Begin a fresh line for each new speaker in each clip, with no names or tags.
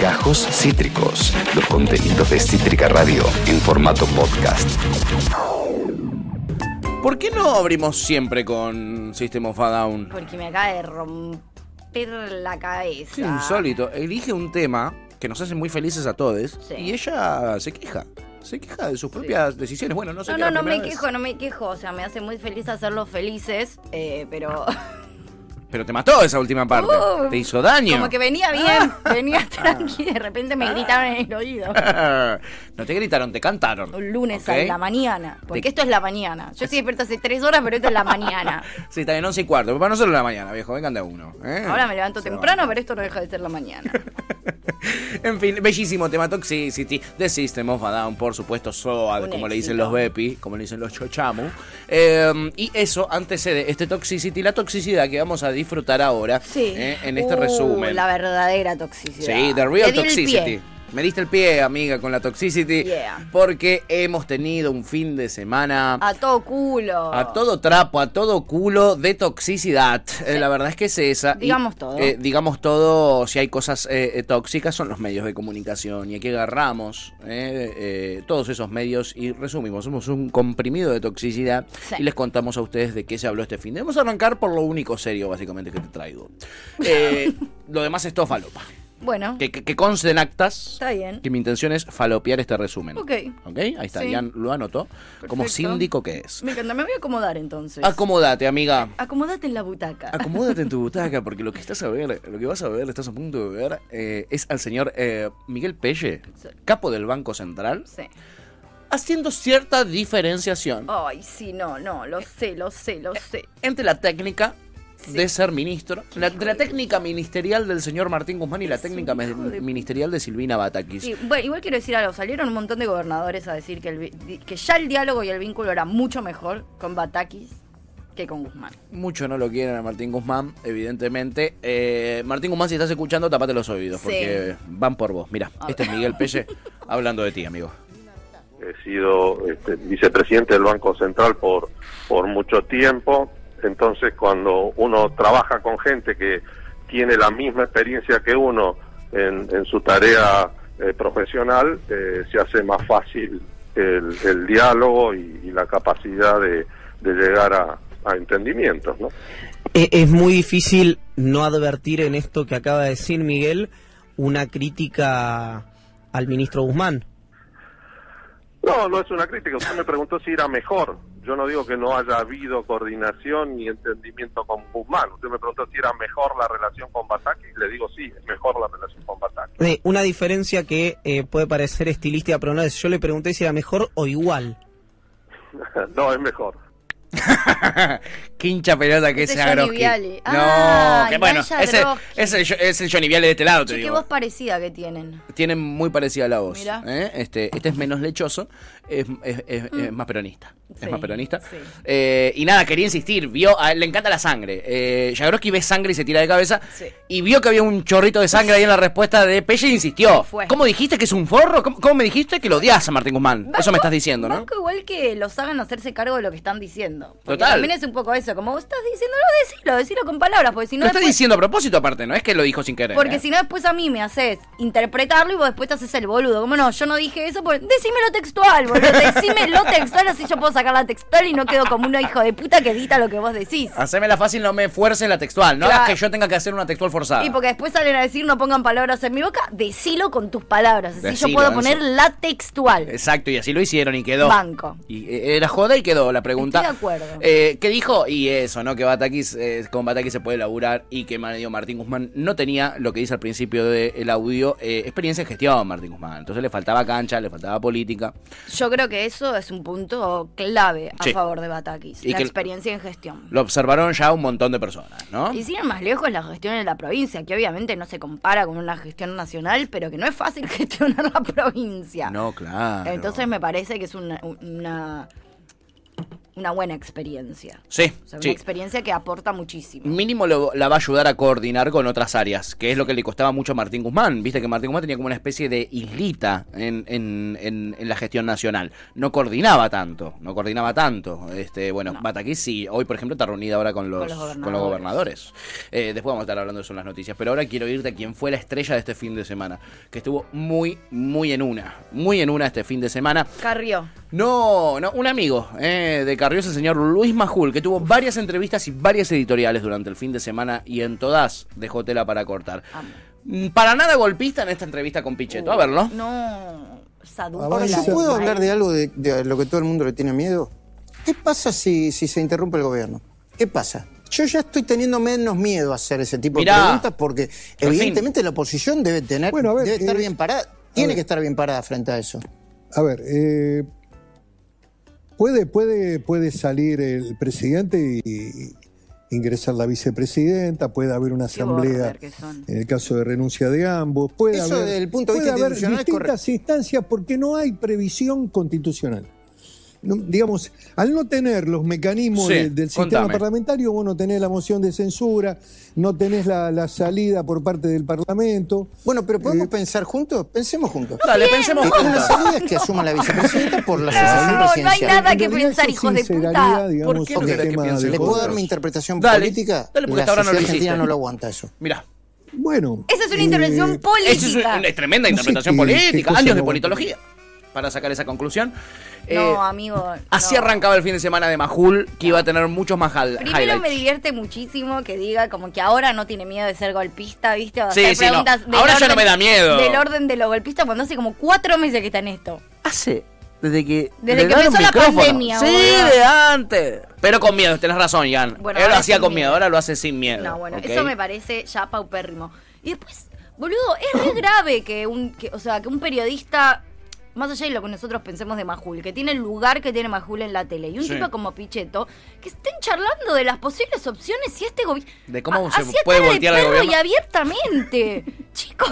Gajos Cítricos, los contenidos de Cítrica Radio en formato podcast.
¿Por qué no abrimos siempre con System of a Down?
Porque me acaba de romper la cabeza.
Qué insólito. Elige un tema que nos hace muy felices a todos
Sí.
y ella se queja. Se queja de sus propias decisiones. Bueno, no sé
No,
qué
no,
la
no me
primera vez.
quejo, no me quejo. O sea, me hace muy feliz hacerlos felices, eh, pero.
Ah, Pero te mató esa última parte.
Uh,
te hizo daño.
Como que venía bien,
Ah.
venía tranqui, de repente me gritaron en el oído.
no te gritaron, te cantaron.
Un lunes
¿Ok?
a la mañana, porque
Te-
esto es la mañana. Yo estoy despierta hace tres horas, pero esto es la mañana.
Sí, está en 11 y cuarto. Para nosotros la mañana, viejo. Vengan de a uno. ¿eh?
Ahora me levanto
Se va.
temprano, pero esto no deja de ser la mañana.
En fin, bellísimo tema Toxicity, The System of a Down, por supuesto, SOAD,
Un
como le
éxito.
dicen los Bepi, como le dicen los Chochamu. Eh, y eso antecede este Toxicity, la toxicidad que vamos a disfrutar ahora
Sí.
eh, en este
Uh,
resumen.
La verdadera toxicidad.
Sí, The
Te
Real
di el pie.
Toxicity. Me diste el pie, amiga, con la Toxicity,
Yeah.
porque hemos tenido un fin de semana
A todo culo.
a todo trapo, a todo culo de toxicidad. Eh, la verdad es que es esa. Y,
Digamos todo.
eh, digamos todo, si hay cosas eh, eh, tóxicas, son los medios de comunicación. Y aquí agarramos eh, eh, todos esos medios y resumimos. Somos un comprimido de toxicidad
Sí.
y les contamos a ustedes de qué se habló este fin. Debemos arrancar por lo único serio, básicamente, que te traigo. Eh, lo demás es todo falopa.
Bueno,
Que, que, que consten actas.
está bien.
Que mi intención es falopear este resumen.
Ok.
Ok, ahí está,
Sí.
ya lo anotó. Como
Perfecto.
síndico que es.
Me encanta, me voy a acomodar entonces.
Acomódate, amiga.
Acomódate en la butaca.
Acomódate en tu butaca, porque lo que estás a ver, lo que vas a ver, estás a punto de ver, eh, es al señor eh, Miguel Pelle,
Sí.
capo del Banco Central,
Sí.
haciendo cierta diferenciación
Ay, sí, no, no, lo sé, lo sé, lo sé.
entre la técnica
Sí.
de ser ministro, la, de la técnica ministerial del señor Martín Guzmán y la
Es un
técnica me-
hijo de-
ministerial de Silvina Batakis.
Sí, bueno, igual quiero decir algo, salieron un montón de gobernadores a decir que, el vi- di- que ya el diálogo y el vínculo era mucho mejor con Batakis que con Guzmán.
Muchos no lo quieren a Martín Guzmán, evidentemente. Eh, Martín Guzmán, si estás escuchando, tapate los oídos,
Sí.
porque van por vos. Mira,
A
este es Miguel Pelle hablando de ti, amigo.
He sido este, vicepresidente del Banco Central por, por mucho tiempo, entonces cuando uno trabaja con gente que tiene la misma experiencia que uno en, en su tarea eh, profesional, eh, se hace más fácil el, el diálogo y, y la capacidad de, de llegar a, a entendimientos. ¿no?
E- Es muy difícil no advertir en esto que acaba de decir Miguel una crítica al ministro Guzmán.
No, no es una crítica. Usted me preguntó si era mejor. Yo no digo que no haya habido coordinación ni entendimiento con Guzmán. Usted me preguntó si era mejor la relación con Bataki. Le digo sí, es mejor la relación con Bataki.
Eh, una diferencia que eh, puede parecer estilística, pero no es. Yo le pregunté si era mejor o igual.
no, es mejor.
Qué hincha pelota que es
Ese
Johnny
Johnny Viale.
No,
Ah,
que bueno,
Naya
ese,
Groski.
ese es el Jo- es el Johnny Viale de este lado, te
Che, qué
digo.
voz parecida que tienen.
Tienen muy parecida la voz.
Mirá.
¿eh? Este, este es menos lechoso, es, es- es- es más peronista.
Mm. Sí,
es más peronista.
sí.
Eh, y nada, quería insistir, vio, a él le encanta la sangre. Eh, Jagroski ve sangre y se tira de cabeza.
Sí.
Y vio que había un chorrito de sangre ahí en la respuesta de Pelle y insistió.
Fue.
¿Cómo dijiste que es un forro? ¿Cómo, cómo me dijiste que lo odias a Martín Guzmán? Eso me estás diciendo, ¿no?
Banco igual que los hagan hacerse cargo de lo que están diciendo. Porque
Total.
También es un poco eso, como vos estás diciéndolo, decilo, decilo con palabras, porque si no
lo está
después,
diciendo a propósito aparte, no es que lo dijo sin querer.
porque
¿eh?
si no después a mí me haces interpretarlo y vos después te haces el boludo. Como no, yo no dije eso, pues decímelo textual, boludo, decímelo textual, así yo puedo sacar la textual y no quedo como un hijo de puta que edita lo que vos decís.
Hacémela fácil, no me fuerces la textual. No hagas
Claro.
que yo tenga que hacer una textual forzada.
Y porque después salen a decir no pongan palabras en mi boca, decilo con tus palabras, así yo
Decilo,
puedo
Enzo.
poner la textual.
Exacto, y así lo hicieron y quedó.
Banco.
Y eh, era joda y quedó la pregunta.
Estoy de acuerdo.
Eh, ¿Qué dijo? Y eso, ¿no? Que Batakis, eh, con Batakis se puede laburar y que Mario Martín Guzmán no tenía lo que dice al principio del audio, eh, experiencia en gestión, Martín Guzmán. Entonces le faltaba cancha, le faltaba política.
Yo creo que eso es un punto clave a
Sí.
favor de Batakis,
Y
la
que-
experiencia en gestión.
Lo observaron ya un montón de personas, ¿no?
Y siguen más lejos la gestión de la provincia, que obviamente no se compara con una gestión nacional, pero que no es fácil gestionar la provincia.
No, claro.
Entonces me parece que es una, una una buena experiencia.
Sí,
O sea,
sí.
una experiencia que aporta muchísimo.
Mínimo lo- la va a ayudar a coordinar con otras áreas, que es lo que le costaba mucho a Martín Guzmán. Viste que Martín Guzmán tenía como una especie de islita en, en- en- en la gestión nacional. No coordinaba tanto, no coordinaba tanto. Este, bueno, Bataquí sí. Hoy, por ejemplo, está reunida ahora con los,
Con los gobernadores.
con los gobernadores. Eh, después vamos a estar hablando de eso en las noticias. Pero ahora quiero irte a quien fue la estrella de este fin de semana, que estuvo muy, muy en una. Muy en una este fin de semana.
Carrió.
No, no, un amigo eh, de Carrió es el señor Luis Majul, que tuvo varias entrevistas y varias editoriales durante el fin de semana y en todas dejó tela para cortar.
Amo.
Mm, Para nada golpista en esta entrevista con Pichetto, a verlo.
No, Sadú
Ah,
por
bueno,
la-
¿Puedo hablar de algo de, de lo que todo el mundo le tiene miedo? ¿Qué pasa si, si se interrumpe el gobierno? ¿Qué pasa? Yo ya estoy teniendo menos miedo a hacer ese tipo
Mirá.
de preguntas porque
fin.
evidentemente la oposición debe tener,
Bueno, a ver,
debe estar
eh,
bien parada, tiene que estar bien parada frente a eso.
A ver, eh, puede, puede, puede salir el presidente y, y ingresar la vicepresidenta, puede haber una
Qué border
asamblea
que son.
en el caso de renuncia de ambos, puede
Eso
haber,
desde el punto de
puede
vista
haber
institucional es
distintas
correcto.
instancias porque no hay previsión constitucional. No, digamos, al no tener los mecanismos
Sí,
de- del sistema
contame.
parlamentario, vos no tenés la moción de censura, no tenés la, la salida por parte del Parlamento.
Bueno, pero ¿podemos
Eh.
pensar juntos? Pensemos juntos.
Dale, pensemos
Eh, Una
juntos.
salida es que asuma la vicepresidenta por la
no
asociación
hay
presidencial.
nada
En
que
realidad
pensar,
eso
hijos de puta.
sinceridad,
¿Por
digamos,
qué no
el
querés que
tema
piense
de
¿Le puedo dar
Honduras.
mi interpretación
Dale,
política?
dale, porque
la
hasta ahora no lo
sociedad
hiciste.
argentina no lo aguanta eso.
Mira,
Bueno.
Esa es una
eh,
intervención
eso es
política.
una tremenda
No sé
interpretación
qué- qué
política,
cosa
años de
no-
politología, para sacar esa conclusión. Eh,
No, amigo.
así
no.
arrancaba el fin de semana de Majul, que iba a tener muchos más hal-
Primero me
highlights.
divierte muchísimo que diga como que ahora no tiene miedo de ser golpista, ¿viste? O
Sí,
hacer
sí, no.
preguntas del
Ahora ya no me da miedo.
Del orden de los golpistas cuando hace como cuatro meses que está en esto.
hace desde que
Desde
le
que
dan
empezó
un
la
micrófono.
pandemia,
Sí,
boludo.
de antes. Pero con miedo, tenés razón, Ian.
Bueno,
Él lo
ahora
hacía
sin
con miedo.
miedo.
ahora lo hace sin miedo.
No, bueno,
¿ok?
eso me parece ya paupérrimo. Y después, boludo, es re grave que un, que, o sea, que un periodista, más allá de lo que nosotros pensemos de Majul, que tiene el lugar que tiene Majul en la tele, y un
Sí.
tipo como Pichetto, que estén charlando de las posibles opciones si este gobierno...
De cómo se puede voltear al gobierno.
y abiertamente. Chicos,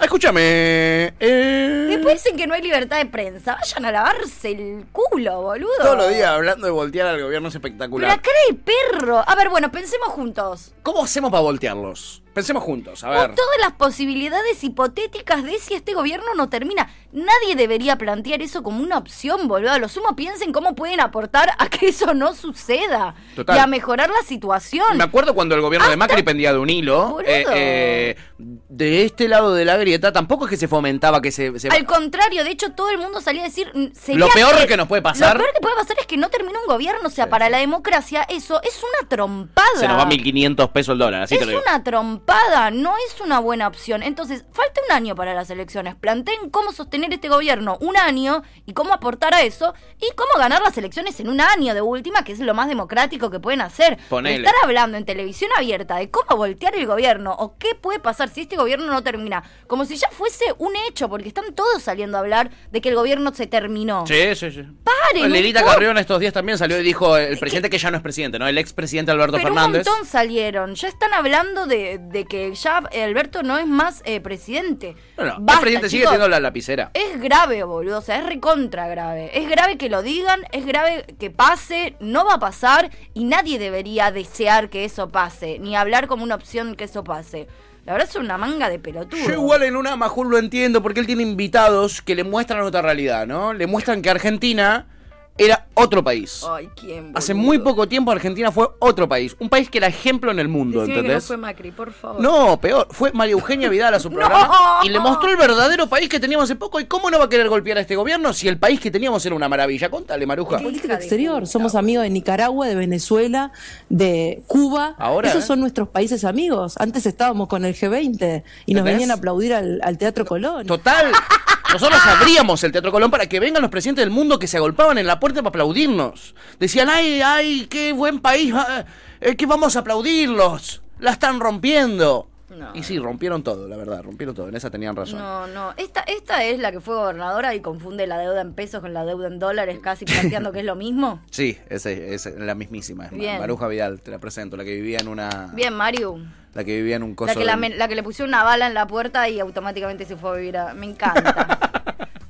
Ah, Escúchame. eh,
después dicen que no hay libertad de prensa. Vayan a lavarse el culo, boludo.
Todos los días hablando de voltear al gobierno es
Pero la
espectacular.
cara de perro. A ver, bueno, pensemos juntos.
¿Cómo hacemos para voltearlos? Pensemos juntos, a ver.
O todas las posibilidades hipotéticas de si este gobierno no termina. Nadie debería plantear eso como una opción, boludo. A lo sumo piensen cómo pueden aportar a que eso no suceda.
Total.
Y a mejorar la situación.
Me acuerdo cuando el gobierno de
Hasta-
Macri pendía de un hilo.
Boludo.
eh, eh, de este lado de la grieta tampoco es que se fomentaba que se. se-
Al contrario, de hecho, todo el mundo salía a decir. mm, sería
Lo peor que nos puede pasar-
Lo peor que puede pasar es que no termine un gobierno. O sea, para la democracia, eso es una trompada.
se nos va 1.500 pesos el dólar, así te
es
lo digo.
una trompada, no es una buena opción. Entonces, falta un año para las elecciones. Planteen cómo sostener este gobierno un año y cómo aportar a eso y cómo ganar las elecciones en un año de última, que es lo más democrático que pueden hacer.
Ponele.
Estar hablando en televisión abierta de cómo voltear el gobierno o qué puede pasar si este gobierno no termina, como si ya fuese un hecho, porque están todos saliendo a hablar de que el gobierno se terminó.
Sí, sí, sí.
Paren,
Lelita
un poco.
Carrión estos días también salió y dijo el presidente que ya no es presidente, ¿no? El expresidente Alberto
Pero
Fernández.
un montón salieron. Ya están hablando de, de que ya Alberto no es más eh, presidente.
No, no,
Basta,
el presidente sigue
chicos.
teniendo la lapicera.
Es grave, boludo. O sea, es recontra grave. Es grave que lo digan, es grave que pase, no va a pasar y nadie debería desear que eso pase, ni hablar como una opción que eso pase. La verdad es una manga de pelotudo.
Yo igual en una Majul lo entiendo porque él tiene invitados que le muestran otra realidad, ¿no? Le muestran que Argentina era otro país.
Ay, ¿quién, boludo?
Hace muy poco tiempo Argentina fue otro país, un país que era ejemplo en el mundo,
Decime que no
¿entendés?
fue Macri, por favor.
No, peor, fue María Eugenia Vidal a su programa
No.
y le mostró el verdadero país que teníamos hace poco y cómo no va a querer golpear a este gobierno si el país que teníamos era una maravilla. Contale, Maruja.
política exterior. Somos amigos de Nicaragua, de Venezuela, de Cuba.
Ahora,
Esos
¿eh?
son nuestros países amigos. Antes estábamos con el G20 y nos
¿Entendés?
venían a aplaudir al, al Teatro Colón.
Total. Nosotros abríamos el Teatro Colón para que vengan los presidentes del mundo que se agolpaban en la puerta para aplaudirnos. Decían, ay, ay, qué buen país, ah, eh, que vamos a aplaudirlos. La están rompiendo. Y sí, rompieron todo, la verdad, rompieron todo. En esa tenían razón.
No, no. Esta, esta es la que fue gobernadora y confunde la deuda en pesos con la deuda en dólares, casi planteando que es lo mismo.
Sí, esa es la mismísima. es
Bien.
Maruja Vidal, te la presento, la que vivía en una...
Bien, Mario.
La que vivía en un coso...
La que, la,
de-
me- la que le pusieron una bala en la puerta y automáticamente se fue a vivir a... Me encanta.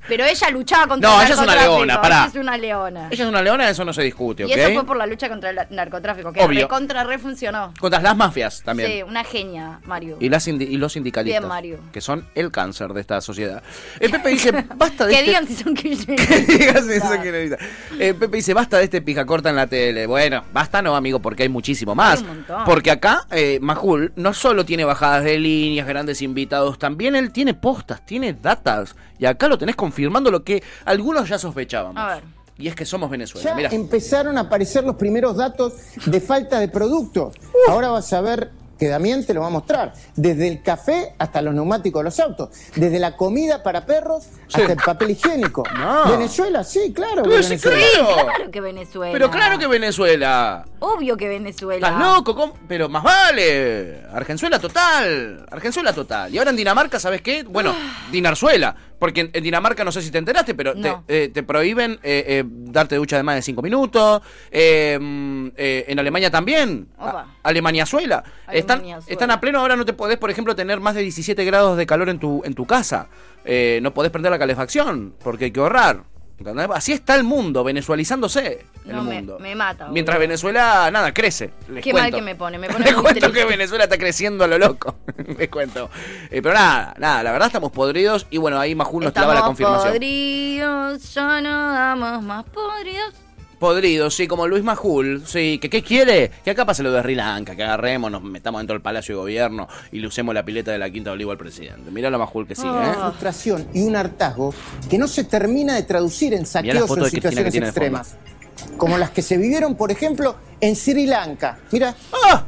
Pero ella luchaba contra
No,
el
ella es una
narcotráfico,
leona, pará.
Ella es una leona.
Ella es una leona, eso no se discute, ¿ok?
Y eso fue por la lucha contra el narcotráfico, que
Obvio.
recontra refuncionó.
Contra las mafias también.
Sí, una genia, Mario.
Y, las sindi- y los sindicalistas,
Bien, Mario.
que son el cáncer de esta sociedad. Eh, Pepe dice, basta de
que
este...
digan si son kirchneristas.
Que digan si eso que necesita. Eh, Pepe dice, basta de este pija corta en la tele. Bueno, basta no, amigo, porque hay muchísimo más.
un montón.
porque acá, eh, Majul no solo tiene bajadas de líneas, grandes invitados, también él tiene postas, tiene datas. Y acá lo tenés confirmando lo que algunos ya sospechábamos.
A ver.
Y es que somos Venezuela.
Ya
Mirá.
empezaron a aparecer los primeros datos de falta de productos.
Uh.
Ahora vas a ver que Damián te lo va a mostrar. Desde el café hasta los neumáticos de los autos. Desde la comida para perros hasta
Sí.
el papel higiénico.
No.
Venezuela, sí, claro. que
Pero sí,
Venezuela.
claro.
Claro que Venezuela.
Pero claro que Venezuela.
Obvio que Venezuela.
Estás loco, ¿cómo? pero más vale. Argenzuela total. Argenzuela total. Y ahora en Dinamarca, ¿sabes qué? Bueno, Dinarzuela. Porque en, en Dinamarca, no sé si te enteraste, pero
No.
te, eh, te prohíben eh, eh, darte ducha de más de 5 minutos. Eh, mm, eh, en Alemania también.
Opa.
Alemaniazuela. Están,
Alemaniazuela.
están a pleno, ahora no te podés, por ejemplo, tener más de 17 grados de calor en tu, en tu casa. Eh, no podés prender la calefacción, porque hay que ahorrar. ¿Entendés? Así está el mundo, venezualizándose el
No, me-
mundo.
me mata,
Mientras
boludo.
Venezuela, nada, crece. Les
Qué
cuento.
mal que me pone, me pone
Les
muy
cuento
triste.
que Venezuela está creciendo a lo loco. Les cuento. Eh, pero nada, nada, la verdad estamos podridos y bueno, ahí Majul nos clava la
Estamos
confirmación.
podridos, ya no damos más podridos.
Podridos, sí, como Luis Majul, sí, que qué quiere, que acá pase lo de Sri Lanka, que agarremos, nos metamos dentro del Palacio de Gobierno y le usemos la pileta de la Quinta de Olivo al presidente. Mirá lo Majul que sigue,
Una
¿eh?
Oh.
frustración y un hartazgo que no se termina de traducir en saqueos
foto
en
de Cristina que
situaciones
tiene de fondo.
extremas. Como las que se vivieron, por ejemplo, en Sri Lanka. Mira,
¡Ah!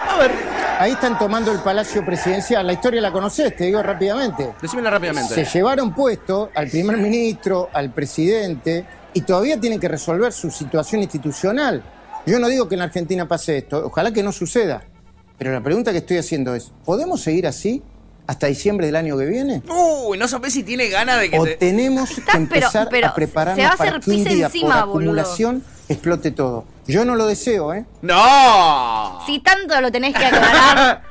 A ver,
ahí están tomando el Palacio Presidencial. La historia la conoces, te digo rápidamente.
decímela rápidamente.
Se llevaron puesto al primer ministro, al presidente, y todavía tienen que resolver su situación institucional. Yo no digo que en la Argentina pase esto, ojalá que no suceda. Pero la pregunta que estoy haciendo es, ¿podemos seguir así hasta diciembre del año que viene?
Uy, no sabés si tiene ganas de que
¿O
te-
tenemos
Estás,
que empezar
pero- pero
a prepararnos
se va a hacer
para que un
pis
día
encima,
por acumulación explote todo? Yo no lo deseo, ¿eh?
¡No!
Si tanto lo tenés que aclarar,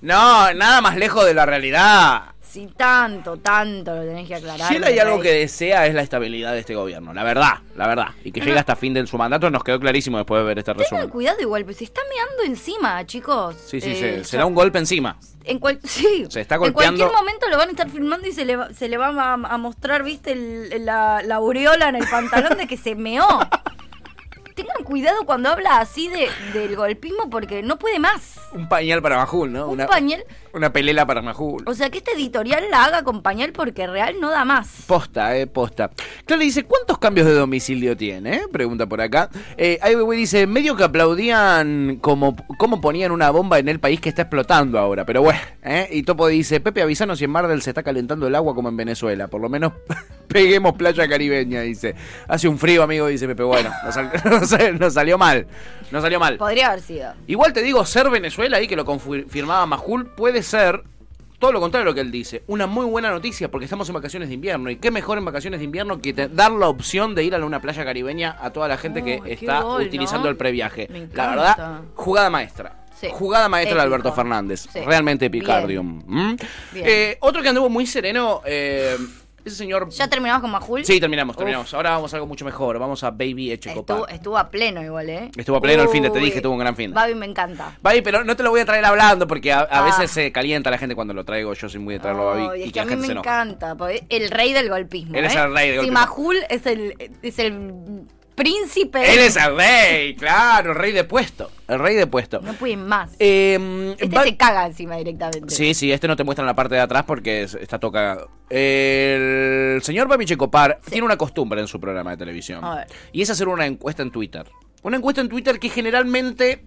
No, nada más lejos de la realidad.
si tanto, tanto lo tenés que aclarar.
Si él hay
me
algo que
parece.
desea es la estabilidad de este gobierno, la verdad, la verdad. Y que llegue hasta fin de su mandato nos quedó clarísimo después de ver este
Tengan
resumen.
cuidado igual, pues se está meando encima, chicos.
Sí, sí,
Eh,
se,
ya-
se da un golpe encima.
En cual- sí.
Se está
En
golpeando.
cualquier momento lo van a estar filmando y se le va, se le va a, a mostrar, viste, el- la, la aureola en el pantalón de que se meó. Tengan cuidado cuando habla así de, del golpismo porque no puede más.
Un pañal para Majul, ¿no?
Un
una,
pañal.
Una pelela para Majul.
O sea, que esta editorial la haga con pañal porque real no da más.
Posta, eh, posta. Claro, le dice, ¿cuántos cambios de domicilio tiene? eh? Pregunta por acá. Eh, IBW dice, medio que aplaudían como, como ponían una bomba en el país que está explotando ahora. Pero bueno, ¿eh? Y Topo dice, Pepe, avisanos si en Mar del se está calentando el agua como en Venezuela. Por lo menos peguemos playa caribeña, dice. Hace un frío, amigo, dice Pepe. Bueno, nos, sal- nos sal- nos salió mal. Nos salió mal.
Podría haber sido.
Igual te digo, ser Venezuela, ahí que lo confirmaba Majul, puede ser todo lo contrario de lo que él dice. Una muy buena noticia porque estamos en vacaciones de invierno. Y qué mejor en vacaciones de invierno que te- dar la opción de ir a una playa caribeña a toda la gente
Uy,
que
qué
está
gol,
utilizando
¿no?
el previaje.
Me
La
encanta.
verdad, jugada maestra.
Sí.
Jugada maestra de
Épico.
Alberto Fernández.
Sí.
Realmente
Bien.
picardium. ¿Mm?
Bien.
Eh, otro que anduvo muy sereno, eh, ese señor...
¿Ya terminamos con Majul?
Sí, terminamos,
Uf,
terminamos. Ahora vamos a algo mucho mejor. Vamos a Baby Echecopa.
Estuvo, estuvo a pleno igual, ¿eh?
Estuvo a pleno el fin de- te dije,
Uy,
tuvo un gran fin de.
Babi me encanta.
Babi, pero no te lo voy a traer hablando porque a, a
Ah.
veces se calienta la gente cuando lo traigo. Yo soy muy de traerlo a Babi
Ay,
y
es
que
que
la
a mí
gente
me
se enoja.
encanta. porque El rey del golpismo.
Él es
¿eh?
el rey del
Si
golpismo.
Majul es el, es el príncipe.
Él es el rey, claro, el rey de puesto. El rey de puesto.
No pueden más.
Eh,
este
Ba-
se caga encima directamente.
Sí, sí, este no te muestra en la parte de atrás porque es- está toca. El señor Babi Checopar tiene una costumbre en su programa de televisión.
A ver.
Y es hacer una encuesta en Twitter. Una encuesta en Twitter que generalmente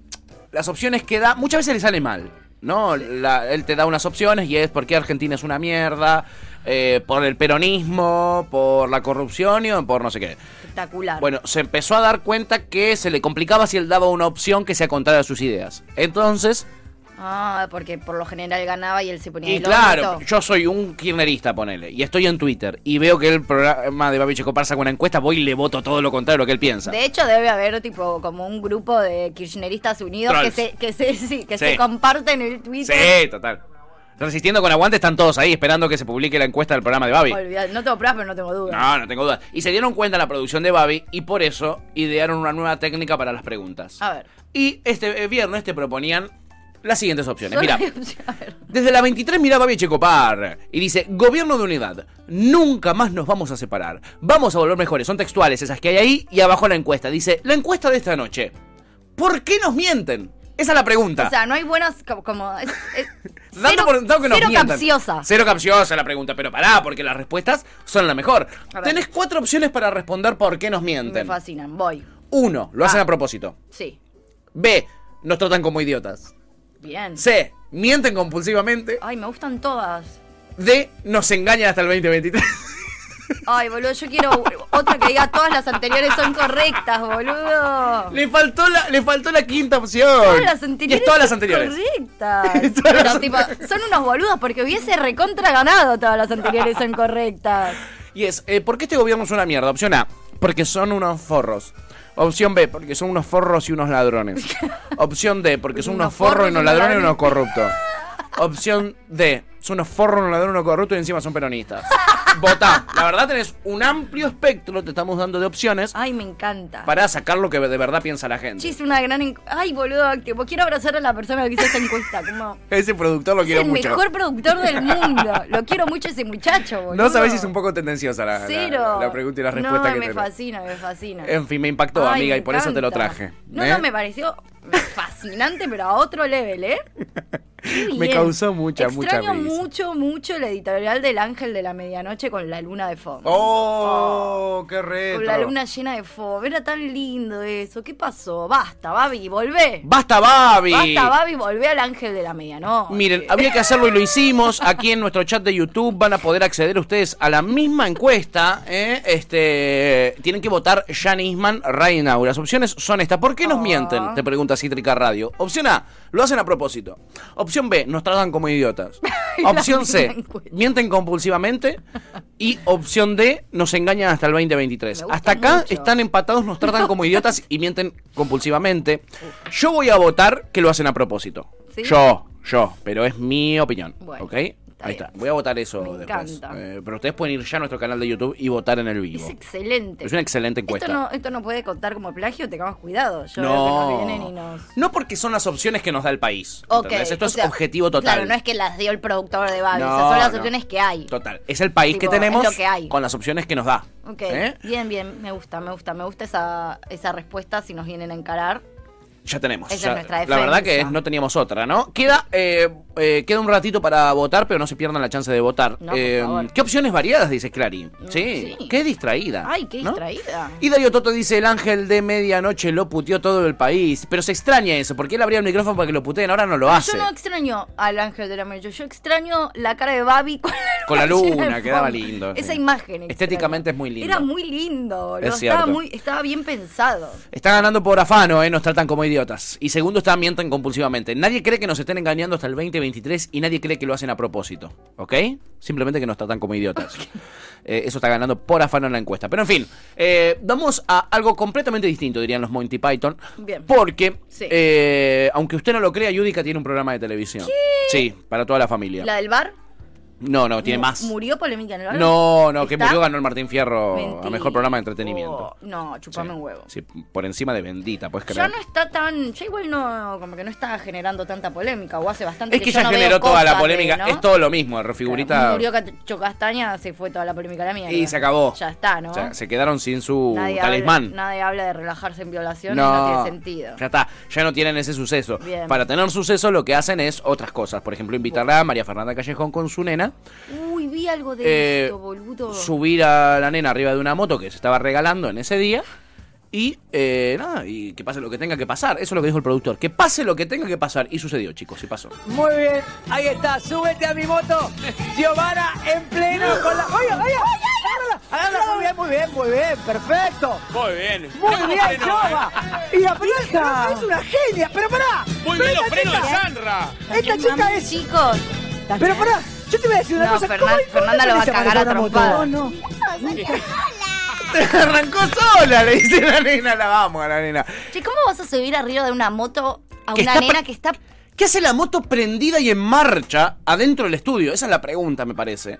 las opciones que da, muchas veces le sale mal. ¿No? La- él te da unas opciones y es por qué Argentina es una mierda, eh, por el peronismo, por la corrupción y por no sé qué.
Espectacular.
Bueno, se empezó a dar cuenta que se le complicaba si él daba una opción que sea contraria a sus ideas. Entonces,
Ah, porque por lo general ganaba y él se ponía
y
el
claro,
orto.
yo soy un kirchnerista, ponele, y estoy en Twitter y veo que el programa de Babi Checopar saca una encuesta, voy y le voto todo lo contrario a lo que él piensa.
De hecho, debe haber tipo como un grupo de kirchneristas unidos que
Trolls.
se, que se, sí, que
Sí.
se comparten el Twitter.
Sí, total. Resistiendo con aguante están todos ahí esperando que se publique la encuesta del programa de Babi.
Olvidá- No tengo pruebas, pero no tengo dudas.
No, no tengo dudas. Y se dieron cuenta en la producción de Babi y por eso idearon una nueva técnica para las preguntas.
A ver.
Y este eh, viernes te proponían las siguientes opciones.
Solo
Mira,
hay opción- a ver.
desde la 23 mira Babi Checopar y dice, gobierno de unidad, nunca más nos vamos a separar, vamos a volver mejores. Son textuales esas que hay ahí y abajo la encuesta. Dice, la encuesta de esta noche, ¿por qué nos mienten? Esa es la pregunta.
O sea, no hay buenas co- como. es- es-
Dando
cero
por sentado que nos
cero
mientan.
capciosa.
Cero capciosa la pregunta, pero pará, porque las respuestas son la mejor.
A ver.
Tenés cuatro opciones para responder por qué nos
Me
mienten.
fascinan. Voy.
Uno, lo hacen
Ah.
a propósito.
Sí.
B, nos tratan como idiotas.
Bien.
C, mienten compulsivamente.
Ay, me gustan todas.
D, nos engañan hasta el 2023.
Ay, boludo, yo quiero otra que diga todas las anteriores son correctas, boludo.
le, faltó la, le faltó la quinta opción.
Todas las
Y
anteriores.
es todas las
son
anteriores.
Correctas.
Todas
Pero,
las
tipo, son unos boludos porque hubiese recontra ganado todas las anteriores son correctas.
Y es, eh, ¿por qué este gobierno es una mierda? Opción A, porque son unos forros. Opción B, porque son unos forros y unos ladrones. Opción D, porque son unos forros y unos ladrones y unos corruptos. Opción D, son unos forros, unos ladrones, unos corruptos y encima son peronistas. Votá. La verdad tenés un amplio espectro, te estamos dando de opciones
Ay, me encanta.
para sacar lo que de verdad piensa la gente.
Sí, es una gran. encu- Ay, boludo, tipo, quiero abrazar a la persona que hizo esta encuesta. Como,
Ese productor lo
es
quiero
el
mucho.
mejor productor del mundo. Lo quiero mucho ese muchacho, boludo.
No sabés si es un poco tendenciosa la, la-
Cero.
la pregunta y la
no,
respuesta que
me
tenés.
fascina, me fascina.
En fin, me impactó,
Ay,
amiga,
me
y por eso te lo
encanta.
traje.
No,
¿eh?
no, me pareció fascinante, pero a otro level, ¿eh? Qué
Me
bien.
causó mucha, mucha
Extraño
risa.
mucho, mucho la editorial del Ángel de la Medianoche con la luna de fondo.
¡Oh! ¡Qué retro!
Con la luna llena de fuego. Era tan lindo eso. ¿Qué pasó? Basta, Babi, volvé.
¡Basta, Babi!
Basta, Babi, volvé al ángel de la medianoche.
Miren, había que hacerlo y lo hicimos. Aquí en nuestro chat de YouTube van a poder acceder ustedes a la misma encuesta. ¿eh? Este, tienen que votar Jan Isman, Ray Nau. Las opciones son estas. ¿Por
Ah.
qué nos mienten? Te pregunta Cítrica Radio. Opción A, lo hacen a propósito. Opción B, nos tratan como idiotas. Opción C,
misma encuesta.
mienten compulsivamente. Y opción D, nos engañan hasta el 2023.
Me gusta
Hasta acá
mucho.
están empatados, nos tratan como idiotas y mienten compulsivamente. Yo voy a votar que lo hacen a propósito.
¿Sí?
Yo, yo, pero es mi opinión.
Bueno,
¿Ok?
está
Ahí
bien.
está. Voy a votar eso
Me
después.
encanta.
Eh, pero ustedes pueden ir ya a nuestro canal de YouTube y votar en el vivo.
Es excelente.
Es una excelente encuesta.
Esto no, esto no puede contar como plagio, tengamos cuidado. Yo veo que
no,
nos vienen y nos.
No porque son las opciones que nos da el país.
Ok,
¿entendés? Esto
o
es
sea,
objetivo total.
Claro, no es que las dio el productor de Babi,
No,
esas son las
no.
opciones que hay.
Total. Es el país
Tipo,
que tenemos
es lo que hay.
con las opciones que nos da.
Ok,
¿Eh?
bien, bien, me gusta, me gusta, me gusta esa, esa respuesta si nos vienen a encarar.
Ya tenemos.
Esa es
ya-
nuestra
la verdad que
defensa.
es- no teníamos otra, ¿no? Queda, eh, eh, queda un ratito para votar, pero no se pierdan la chance de votar.
No, por
Eh,
favor. Mm,
¿Qué opciones variadas, dice Clarín? Sí.
sí.
Qué distraída.
Ay, qué
Ah, ¿no?
distraída.
Y Darío Toto dice, el ángel de medianoche lo puteó todo el país. Pero se extraña eso, porque él abría el micrófono para que lo puteen, ahora no lo hace.
Yo no extraño al ángel de la medio, yo extraño la cara de Babi con la
Con la
llena de
luna,
fondo.
quedaba lindo, sí.
Esa imagen. extraño.
Estéticamente es muy lindo.
Era muy lindo, boludo.
Es
estaba,
cierto.
muy, estaba bien pensado.
Está ganando por afano, ¿eh? nos tratan como idiotas. Y segundo, está mienten compulsivamente. Nadie cree que nos estén engañando hasta el 2023 y nadie cree que lo hacen a propósito, ¿ok? Simplemente que nos tratan como idiotas. Eh, eso está ganando por afano en la encuesta. Pero en fin, eh, vamos a algo completamente distinto, dirían los Monty Python.
Bien.
Porque,
Sí.
eh, aunque usted no lo crea, Yudica tiene un programa de televisión. Sí, para toda la familia.
¿La del bar?
No, no, tiene
mu-
más.
¿Murió polémica en el bar?
No, no, que
¿Está?
murió ganó el Martín Fierro a
Mentira.
mejor programa de entretenimiento.
Oh, no,
Sí.
chupame un huevo.
Sí, por encima de bendita, puedes creer.
Ya no está tan. Ya igual no. Como que no está generando tanta polémica. O hace bastante
Es que
yo
ya
no
generó
veo
toda la
cosas de,
polémica,
¿no?
es todo lo mismo, refigurita.
Claro, Murió Cacho Castaña, se fue toda la polémica a la mierda.
y se acabó.
Ya está, ¿no?
O sea, se quedaron sin su
habla,
talismán.
nadie habla de relajarse en violaciones, no,
no,
tiene sentido.
Ya está, ya no tienen ese suceso.
Bien.
Para tener suceso lo que hacen es otras cosas. Por ejemplo, invitarla a María Fernanda Callejón con su nena.
Uy, vi algo de
eh,
esto, boludo.
subir a la nena arriba de una moto que se estaba regalando en ese día. Y eh, nada, y que pase lo que tenga que pasar. Eso es lo que dijo el productor. Que pase lo que tenga que pasar. Y sucedió, chicos, y pasó.
Muy bien, ahí está, súbete a mi moto. Giovanna en pleno con la. ¡Oye, oye! agárrala, agárrala, Muy bien, muy bien, muy bien, perfecto. Muy bien. Muy bien, Giova. Y aprieta. Es una genia, pero pará. Muy bien, los frenos de Sandra. Esta
Qué
chica
mami,
es.
Chicos,
Pero pará, yo te voy a decir una
No,
cosa.
Fernan-
¿cómo- cómo
Fernanda lo va a
se maneja
cagar a
una moto?
trompadas.
No, no.
Arrancó sola, le dice la nena, la vamos a la nena.
che, ¿cómo vas a subir arriba de una moto a
Que
una
está
nena
pre-
que está
¿Qué hace la moto prendida y en marcha adentro del estudio? Esa es la pregunta, me parece.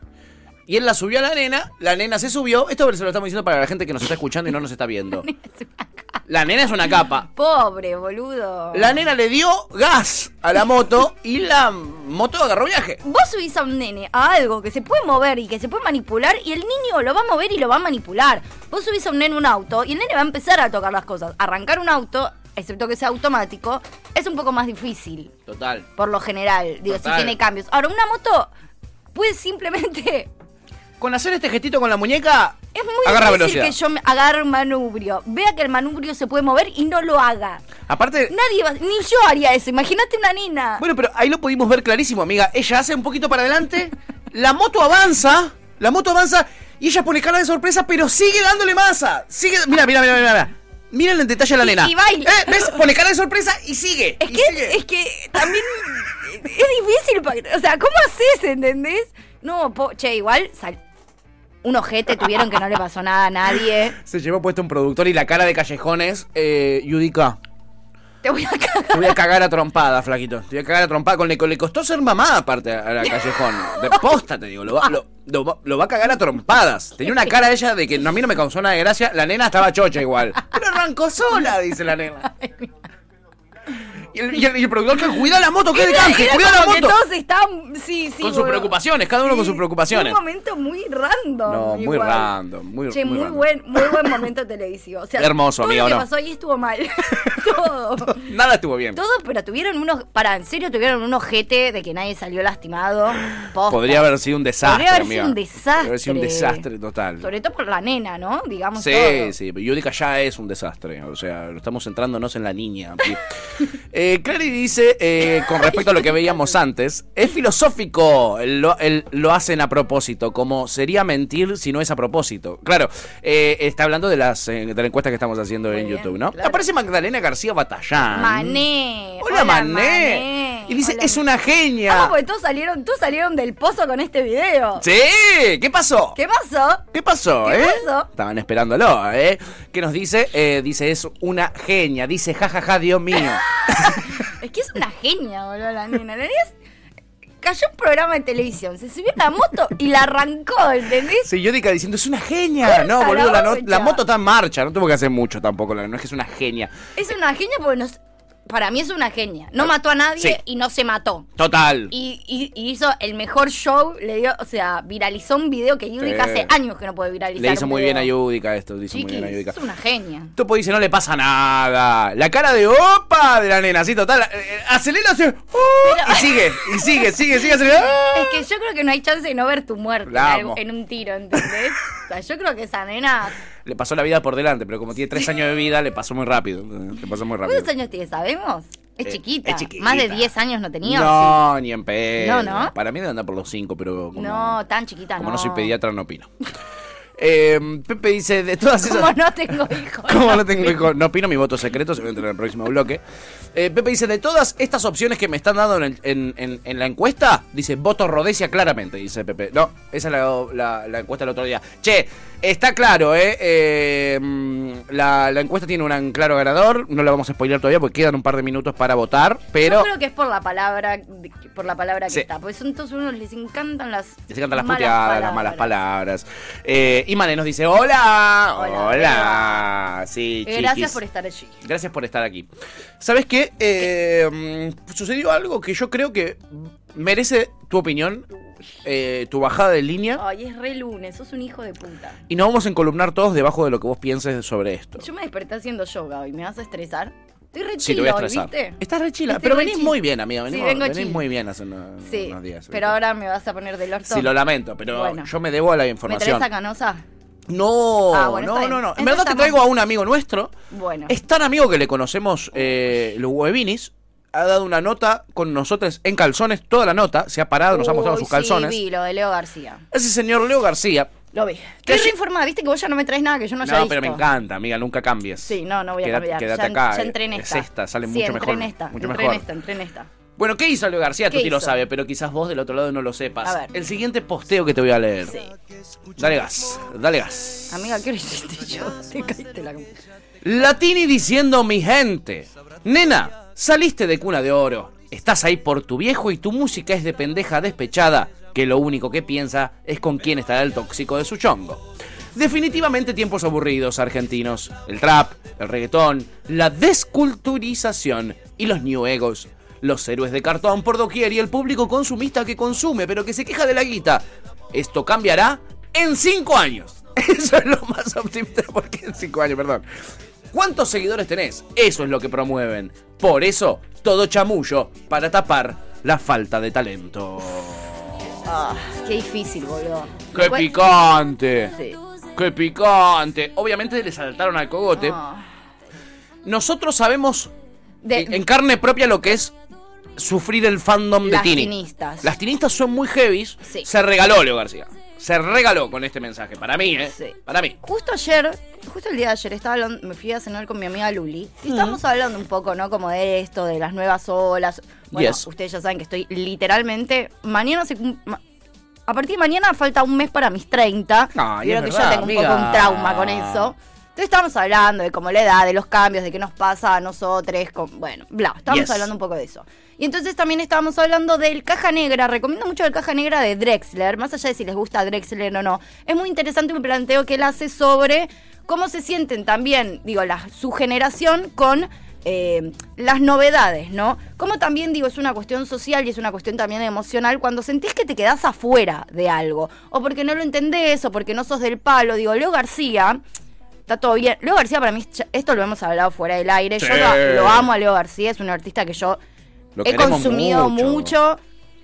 Y él la subió a la nena, la nena se subió. Esto se lo estamos diciendo para la gente que nos está escuchando y no nos está viendo. La nena es una capa.
Pobre, boludo.
La nena le dio gas a la moto y la moto agarró viaje.
Vos subís a un nene a algo que se puede mover y que se puede manipular y el niño lo va a mover y lo va a manipular. Vos subís a un nene a un auto y el nene va a empezar a tocar las cosas. Arrancar un auto, excepto que sea automático, es un poco más difícil,
Total.
por lo general. Digo,
Total.
si tiene cambios. Ahora, una moto puede simplemente...
Con hacer este gestito con la muñeca,
Es muy
agarra
difícil
velocidad.
que yo me agarre un manubrio, vea que el manubrio se puede mover y no lo haga.
Aparte,
Nadie va, ni yo haría eso. Imagínate una nena.
Bueno, pero ahí lo pudimos ver clarísimo, amiga. Ella hace un poquito para adelante, la moto avanza, la moto avanza y ella pone cara de sorpresa, pero sigue dándole masa. Sigue, mira, mira, mira, mira, mira. Miren el detalle a la
Y-
nena.
y baila.
Eh, ¿Ves? Pone cara de sorpresa y sigue.
es
y
que
sigue.
es que también es difícil, pa- o sea, ¿cómo haces, entendés? No, po- che, igual sal- un ojete tuvieron que no le pasó nada a nadie.
Se llevó puesto un productor y la cara de callejones, eh, Yudica.
Te voy a cagar.
Te voy a cagar a trompada, flaquito. Te voy a cagar a trompada. Con le, le costó ser mamá, aparte, a la callejón. De posta, te digo. Lo va, lo, lo va- lo va a cagar a trompadas. Tenía una cara ella de que no, a mí no me causó nada de gracia. La nena estaba chocha igual. Pero arrancó sola, dice la nena. Y el, y el- y el productor que cuida la moto, que de
Era-
canje,
era
cuida la
como que
moto.
todos estaban sí, sí,
Con sus
boludo.
preocupaciones, cada uno con sus preocupaciones.
Un momento muy random.
No, muy
igual.
random, muy-
Che,
muy
muy,
random.
buen, muy buen momento televisivo. O sea,
Hermoso,
todo
amiga,
lo
¿o
que
no?
pasó ahí estuvo mal. todo.
Nada estuvo bien.
Todo, pero tuvieron unos. Para, en serio, tuvieron un ojete de que nadie salió lastimado. Posta.
Podría haber sido un desastre.
Podría haber
amiga.
sido un desastre.
Podría haber sido un desastre total.
Sobre todo por la nena, ¿no? Digamos.
Sí,
todo.
sí, pero Yudica ya es un desastre. O sea, estamos centrándonos en la niña. eh, Clary dice, eh, con respecto a lo que veíamos antes, es filosófico, el lo, el lo hacen a propósito, como sería mentir si no es a propósito. Claro, eh, está hablando de, las, eh, de la encuesta que estamos haciendo en
bien,
YouTube, ¿no?
claro.
Aparece Magdalena García Batallán.
Mané.
Hola, Mané. Y dice,
Hola,
es
Mané". Ah,
una genia.
Vamos, porque todos salieron, todos salieron del pozo con este video.
Sí, ¿qué pasó?
¿Qué pasó?
¿Qué pasó,
¿Qué
eh?
pasó?
Estaban esperándolo, ¿eh? ¿Qué nos dice? Eh, dice, es una genia. Dice, jajaja, Dios mío.
Es que es una genia, boludo, la nena. La nena es- Cayó un programa de televisión, se subió a la moto y la arrancó, ¿entendés?
Sí, Yudica diciendo, es una genia. No,
Corta
boludo,
la
la, no- la
olla.
moto está en marcha. No tuvo que hacer mucho tampoco. la- No es que es una genia.
Es una genia porque nos- para mí es una genia. No mató a nadie
Sí.
y no se mató.
Total.
Y, y- y hizo el mejor show, le dio, o sea, viralizó un video que Yudica
Sí.
hace años que no puede viralizar.
Le hizo
un
muy
video.
bien a Yudica esto. Le hizo muy
Chiquis,
bien a Yudica.
es una genia.
Topo dice, no le pasa nada. La cara de opa de la nena, sí, total. eh, eh, Acelera, hace, "Oh", y sigue, y sigue, sigue, sigue, acelerando.
Es que yo creo que no hay chance de no ver tu muerte en,
La
algo-
amo.
en un tiro, ¿entendés? o sea, yo creo que esa nena.
Le pasó la vida por delante, pero como tiene tres años de vida, le pasó muy rápido. Le pasó muy rápido.
¿Cuántos años tiene? ¿Sabemos? Es,
Eh,
chiquita.
es chiquita.
Más de 10 años no tenía. ¿o sí?
No, ni en pedo.
No, ¿no?
Para mí debe andar por los cinco, pero como,
No, tan chiquita
como
no.
no soy pediatra, no opino. Eh, Pepe dice, de todas esas...
Como no tengo hijos.
Como no tengo hijo- no opino, mi voto secreto se va a entrar en el próximo bloque. Eh, Pepe dice, de todas estas opciones que me están dando en, el- en- en- en la encuesta, dice, voto Rodesia claramente, dice Pepe. No, esa es la, la- la encuesta del otro día. Che, está claro, ¿eh? Eh, mm, la, la encuesta tiene un gran- claro ganador, no la vamos a spoiler todavía porque quedan un par de minutos para votar, pero...
Yo creo que es por la palabra, por la palabra que
Sí.
está. Porque son todos unos les encantan las.
Les encantan las
malas
puteadas, las malas palabras. Eh, y Mane nos dice, hola, hola.
Hola,
Sí,
Eh, gracias
chiquis.
por estar allí.
Gracias por estar aquí. ¿Sabes qué? Eh, mm, Sucedió algo que yo creo que merece tu opinión, eh, tu bajada de línea,
Ay, es re lunes, sos un hijo de puta.
y nos vamos a encolumnar todos debajo de lo que vos pienses sobre esto.
Yo me desperté haciendo yoga hoy, ¿me vas a estresar? Estoy re
Sí, te
chila
voy a
hoy,
estresar.
¿viste?
Estás re chila,
Estoy
pero
re
venís
chila.
muy bien, amiga. Venís,
Sí, vengo
venís
chila.
muy bien hace unos,
Sí,
unos días.
pero ahora me vas a poner del orto.
Sí, lo lamento, pero
Bueno.
yo me debo a la
¿Me traes
información.
a Canosa?
No,
Ah, bueno,
no,
está
no,
bien.
no. En
Entonces
verdad te
estamos-
traigo a un amigo nuestro.
Bueno.
Es tan amigo que le conocemos eh, los huevinis. Ha dado una nota con nosotros en calzones, toda la nota. Se ha parado, nos ha mostrado
Uy,
sus calzones.
Sí, vi lo de Leo García.
Ese señor Leo García.
Lo vi. Estoy
ayer-
re informada, viste que vos ya no me traes nada que yo no
No,
haya
pero me
visto.
encanta, amiga, nunca cambies.
Sí, no, no voy a
Queda-
cambiar.
Quédate
ya,
acá.
Ya entré en
eh,
esta.
Es esta, sale
Sí,
mucho
entré
mejor.
En esta,
mucho
entré
mejor.
en esta, entré en esta.
Bueno, ¿qué hizo Leo García?
¿Qué
Tuti lo
hizo?
sabe, pero quizás vos del otro lado no lo sepas.
A ver.
El siguiente posteo que te voy a leer. Dale gas, dale gas.
Amiga, ¿qué hora hiciste yo? Te caíste la
Latini diciendo mi gente. Nena, saliste de cuna de oro. Estás ahí por tu viejo y tu música es de pendeja despechada, que lo único que piensa es con quién estará el tóxico de su chongo. Definitivamente tiempos aburridos argentinos. El trap, el reggaetón, la desculturización y los new egos. Los héroes de cartón por doquier y el público consumista que consume pero que se queja de la guita. Esto cambiará en 5 años. Eso es lo más optimista porque en 5 años, perdón. ¿Cuántos seguidores tenés? Eso es lo que promueven. Por eso, todo chamullo para tapar la falta de talento.
Ah, qué difícil, boludo.
¡Qué
Después-
picante!
Sí.
¡Qué picante! Obviamente le saltaron al cogote.
Ah.
Nosotros sabemos
De-
en en carne propia lo que es sufrir el fandom de
Las
Tini.
tinistas.
Las tinistas son muy heavies.
Sí.
Se regaló Leo García. Se regaló con este mensaje. Para mí, ¿eh?
Sí.
Para mí.
Justo ayer, justo el día de ayer, estaba hablando, me fui a cenar con mi amiga Luli
Mm.
y estamos hablando un poco, ¿no? Como de esto, de las nuevas olas. Bueno,
Yes.
ustedes ya saben que estoy literalmente. Mañana se. cum- ma- A partir de mañana falta un mes para mis 30.
Ay,
y creo
es
que
verdad,
yo tengo un poco
amiga.
un trauma con eso. Entonces estábamos hablando de como la edad, de los cambios, de qué nos pasa a nosotros, con, bueno, bla, estábamos
Yes.
hablando un poco de eso. Y entonces también estábamos hablando del Caja Negra, recomiendo mucho el Caja Negra de Drexler, más allá de si les gusta Drexler o no, es muy interesante un planteo que él hace sobre cómo se sienten también, digo, la, su generación con... eh, las novedades, ¿no? Como también digo, es una cuestión social y es una cuestión también emocional cuando sentís que te quedás afuera de algo, o porque no lo entendés, o porque no sos del palo, digo, Leo García, Está todo bien. Leo García para mí, es cha- esto lo hemos hablado fuera del aire. Yo
Sí.
lo, lo amo a Leo García, es un artista que yo
Lo
he
queremos
consumido
mucho.
mucho.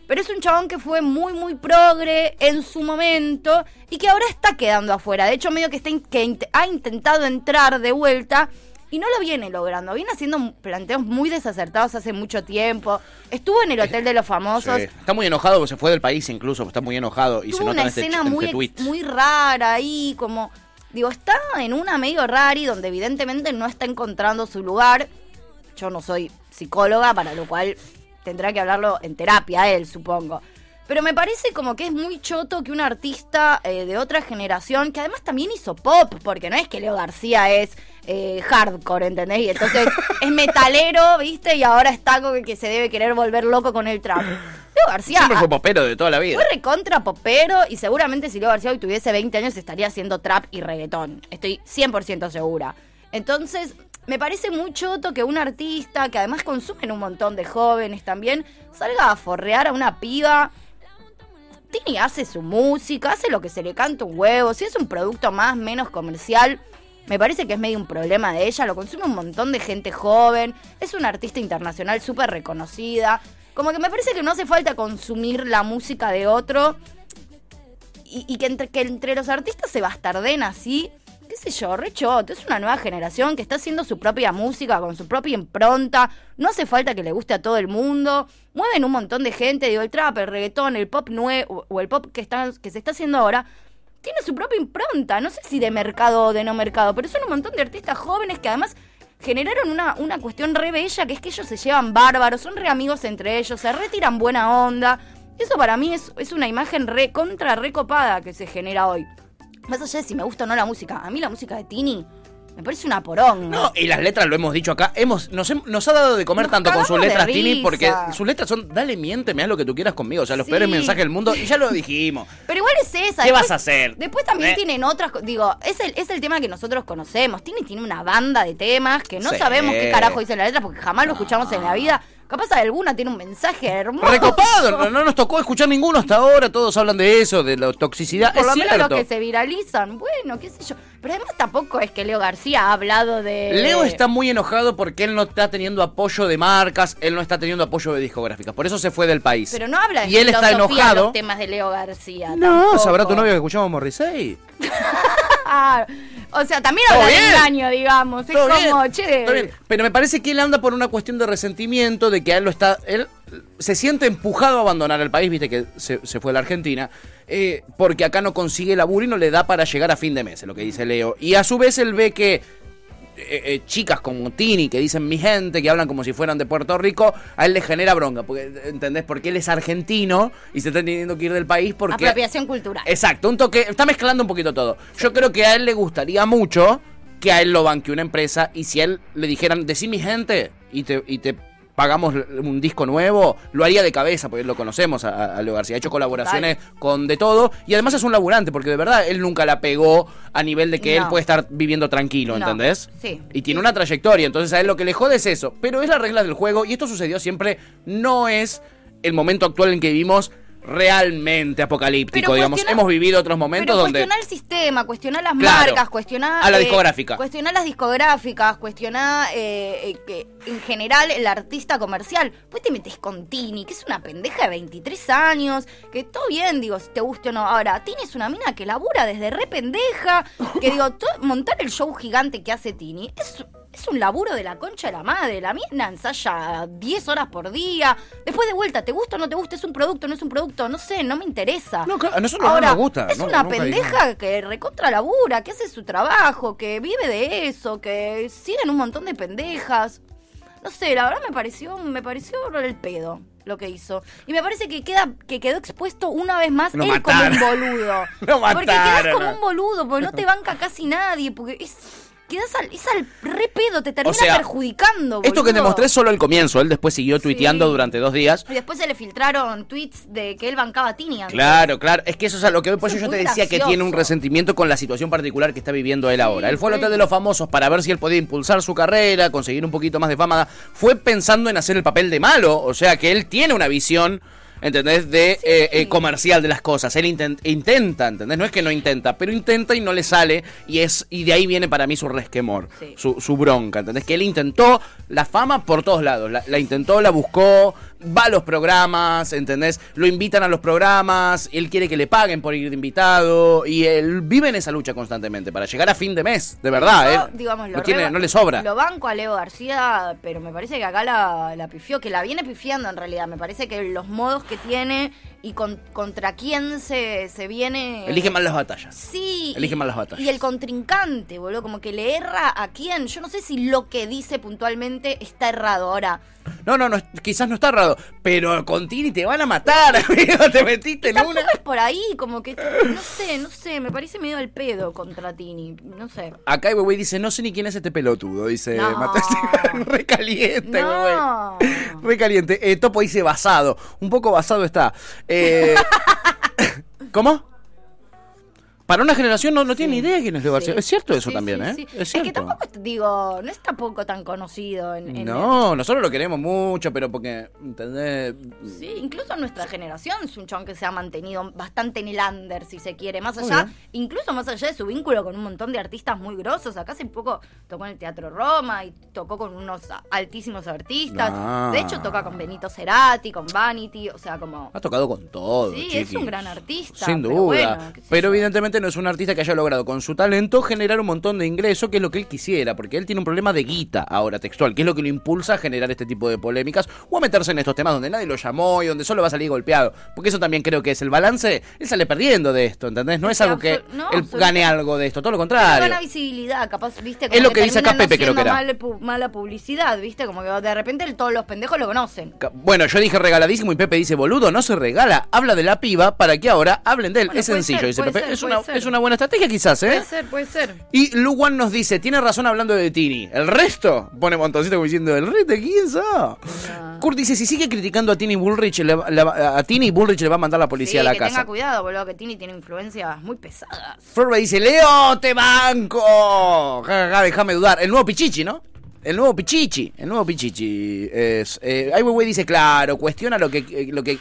Pero es un chabón que fue muy, muy progre en su momento y que ahora está quedando afuera. De hecho, medio que, está in- que int- ha intentado entrar de vuelta y no lo viene logrando. Viene haciendo m- planteos muy desacertados hace mucho tiempo. Estuvo en el Hotel de los Famosos.
Sí. Está muy enojado porque se fue del país incluso. Está muy enojado y se
Tuvo
nota
una
en este,
escena
en este
muy,
tweet.
muy rara ahí, como. Digo, está en una medio rari donde evidentemente no está encontrando su lugar. Yo no soy psicóloga, para lo cual tendrá que hablarlo en terapia él, supongo. Pero me parece como que es muy choto que un artista eh, de otra generación, que además también hizo pop, porque no es que Leo García es eh, hardcore, ¿entendés? Y entonces es metalero, ¿viste? Y ahora está como que se debe querer volver loco con el trap. Leo García...
Siempre
ah,
fue popero de toda la vida.
fue recontra popero y seguramente si Leo García hoy tuviese 20 años estaría haciendo trap y reggaetón. Estoy 100% segura. Entonces, me parece muy choto que un artista, que además consumen un montón de jóvenes también, salga a forrear a una piba. Tini hace su música, hace lo que se le canta un huevo. Si es un producto más, menos comercial, me parece que es medio un problema de ella. Lo consume un montón de gente joven. Es una artista internacional súper reconocida. Como que me parece que no hace falta consumir la música de otro. Y, y que, entre, que entre los artistas se bastarden así. Qué sé yo, rechoto. Es una nueva generación que está haciendo su propia música con su propia impronta. No hace falta que le guste a todo el mundo. Mueven un montón de gente. Digo, el trap, el reggaetón, el pop nuevo o el pop que, está, que se está haciendo ahora tiene su propia impronta. No sé si de mercado o de no mercado, pero son un montón de artistas jóvenes que además generaron una, una cuestión re bella, que es que ellos se llevan bárbaros, son re amigos entre ellos, se retiran buena onda. Eso para mí es, es una imagen re contra recopada que se genera hoy. Más allá de si me gusta o no la música, a mí la música de Tini me parece una porón.
No, y las letras lo hemos dicho acá. Hemos, nos, hem- nos ha dado de comer
Nos
tanto con sus
cagamos de
letras, Tini,
risa.
porque sus letras son, dale, miénteme, haz lo que tú quieras conmigo. O sea, los
Sí.
peores mensajes del mundo. Y ya lo dijimos.
Pero igual es esa.
¿Qué
después-
vas a hacer?
Después también
Eh.
tienen otras. co- Digo, es el, es el tema que nosotros conocemos. Tini tiene una banda de temas que no
Sí.
sabemos qué carajo dice la letra porque jamás lo escuchamos en la vida. Capaz alguna tiene un mensaje hermoso.
Recopado, no, no nos tocó escuchar ninguno hasta ahora. Todos hablan de eso, de la toxicidad.
Por
es
lo menos los
cierto.
que se viralizan. Bueno, qué sé yo. Pero además tampoco es que Leo García ha hablado de.
Leo está muy enojado porque él no está teniendo apoyo de marcas, él no está teniendo apoyo de discográficas. Por eso se fue del país.
Pero no habla de
Y él está
filosofía
enojado.
los temas de Leo García.
No, sabrá tu
tampoco.
novio que escuchamos Morrissey.
Ah, o sea, también
Todo
habla de
bien.
engaño, digamos. Es
Todo
como,
bien,
che.
todo bien. Pero me parece que él anda por una cuestión de resentimiento, de que a él lo está. Él se siente empujado a abandonar el país, viste que se, se fue a la Argentina, eh, porque acá no consigue laburo y no le da para llegar a fin de mes, es lo que dice Leo. Y a su vez él ve que. eh, eh, chicas como Tini que dicen mi gente, que hablan como si fueran de Puerto Rico, a él le genera bronca, porque, ¿entendés? Porque él es argentino y se está teniendo que ir del país porque...
Apropiación cultural.
Exacto, un toque. Está mezclando un poquito todo. Yo creo que a él le gustaría mucho que a él lo banque una empresa y si a él le dijeran, decí mi gente y te, y te pagamos un disco nuevo, lo haría de cabeza, porque lo conocemos a, a Leo García. Ha hecho colaboraciones con de todo y además es un laburante, porque de verdad él nunca la pegó a nivel de que
No.
él puede estar viviendo tranquilo,
No.
¿entendés?
Sí.
Y tiene una trayectoria, entonces a él lo que le jode es eso. Pero es la regla del juego y esto sucedió siempre, no es el momento actual en que vivimos realmente apocalíptico,
Pero
digamos.
cuestiona-
Hemos vivido otros momentos
Pero
donde...
cuestionar el sistema, cuestionar las
Claro.
marcas, cuestionar...
A la discográfica.
Cuestionar las discográficas, cuestionar eh, eh, que en general el artista comercial. Pues te metes con Tini, que es una pendeja de 23 años, que todo bien, digo, si te guste o no. Ahora, Tini es una mina que labura desde re pendeja, que digo, to- montar el show gigante que hace Tini es... Es un laburo de la concha de la madre. La mina ensaya 10 horas por día. Después de vuelta, ¿te gusta o no te gusta? ¿Es un producto no es un producto? No sé, no me interesa.
No, claro, a nosotros no nos gusta,
Es
no,
una
nunca
pendeja que recontra labura, que hace su trabajo, que vive de eso, que siguen un montón de pendejas. No sé, la verdad me pareció, me pareció el pedo lo que hizo. Y me parece que queda, que quedó expuesto una vez más
Lo
él
mataron.
como un boludo.
Lo
porque quedas
mataron.
como un boludo, porque no te banca casi nadie, porque es. Quedas al, es al re pedo, te termina
sea,
perjudicando.
Esto que te
boludo.
mostré es solo el comienzo, él después siguió tuiteando
Sí.
durante dos días.
Y después se le filtraron tweets de que él bancaba a Tini antes.
Claro, claro. Es que eso es a lo que voy. Por
Eso
eso yo te
es muy
decía que tiene un
gracioso.
resentimiento con la situación particular que está viviendo él ahora. Él fue al hotel de los famosos para ver si él podía impulsar su carrera, conseguir un poquito más de fama. Fue pensando en hacer el papel de malo. O sea que él tiene una visión. ¿Entendés? De eh, eh, comercial de las cosas. Él inten- intenta, ¿entendés? No es que no intenta, pero intenta y no le sale. Y es y de ahí viene para mí su resquemor,
Sí.
su, su bronca, ¿entendés? Que él intentó la fama por todos lados. La, la intentó, la buscó, va a los programas, ¿entendés? Lo invitan a los programas, él quiere que le paguen por ir de invitado. Y él vive en esa lucha constantemente para llegar a fin de mes, de verdad,
Yo,
¿eh?
digamos, lo
no, tiene-
re-
no le sobra.
Lo banco a Leo García, pero me parece que acá la, la pifió, que la viene pifiando en realidad. Me parece que los modos que tiene y con- contra quién se, se viene.
Elige mal las batallas.
Sí.
Elige
y-
mal las batallas.
Y el contrincante, boludo, como que le erra a quién. Yo no sé si lo que dice puntualmente está errado. Ahora,
No, no, no, quizás no está errado, pero con Tini te van a matar, amigo. Te metiste en
tampoco
una.
es por ahí, como que. No sé, no sé, me parece medio el pedo contra Tini. No sé.
Acá el güey dice, no sé ni quién es este pelotudo, dice
No.
Mateo. Recaliente,
No.
güey. Recaliente. Eh, Topo dice basado. Un poco basado está. Eh, ¿Cómo? Para una generación no, no tiene ni idea quién es Leo García.
Sí.
Es cierto eso
Sí,
también,
sí,
¿eh?
sí.
Es cierto.
que tampoco, es- digo, no es tampoco tan conocido en. en-
No, nosotros lo queremos mucho, pero porque, ¿entendés?
Sí, incluso en nuestra generación es un chon que se ha mantenido bastante en el under, si se quiere. Más
Obvio.
allá, incluso más allá de su vínculo con un montón de artistas muy grosos. Acá hace poco tocó en el Teatro Roma y tocó con unos altísimos artistas.
Ah.
De hecho, toca con Benito Cerati, con Vanity, o sea, como.
Ha tocado con todo.
Sí, es
chiquis.
un gran artista,
Sin
pero
duda. Pero,
bueno, qué sé yo.
evidentemente no es un artista que haya logrado con su talento generar un montón de ingreso, que es lo que él quisiera, porque él tiene un problema de guita ahora textual, que es lo que lo impulsa a generar este tipo de polémicas o a meterse en estos temas donde nadie lo llamó y donde solo va a salir golpeado. Porque eso también creo que es el balance. Él sale perdiendo de esto, ¿entendés? No es
Sí,
algo que
absolu- no,
él
absolutamente.
gane algo de esto, todo lo
Pero
contrario.
gana visibilidad, capaz, viste.
Es lo que dice acá
terminan
Pepe, creo que
haciendo
era.
mal pu- mala publicidad, viste, como que de repente todos los pendejos lo conocen.
Ca- Bueno, yo dije regaladísimo y Pepe dice, boludo, no se regala, habla de la piba para que ahora hablen de él.
Bueno,
es
puede
sencillo,
ser,
dice
puede
Pepe.
ser,
es,
puede
una,
ser.
es una buena estrategia quizás, ¿eh?
Puede ser, puede ser.
Y Luwan nos dice, tiene razón hablando de Tini. El resto, pone montoncito como diciendo, el resto, ¿quién sabe? Kurt dice, si sigue criticando a Tini Bullrich, le va- le va- a Tini Bullrich le va a mandar la
Sí,
policía a la
que
casa.
tenga cuidado, boludo, que Tini tiene influencias muy pesadas.
Florba dice, Leo, te banco. Ja, ja, ja, déjame dudar. El nuevo Pichichi, ¿no? El nuevo Pichichi. El nuevo Pichichi. Es, eh, Ai Weiwei dice, claro, cuestiona lo que... eh, lo que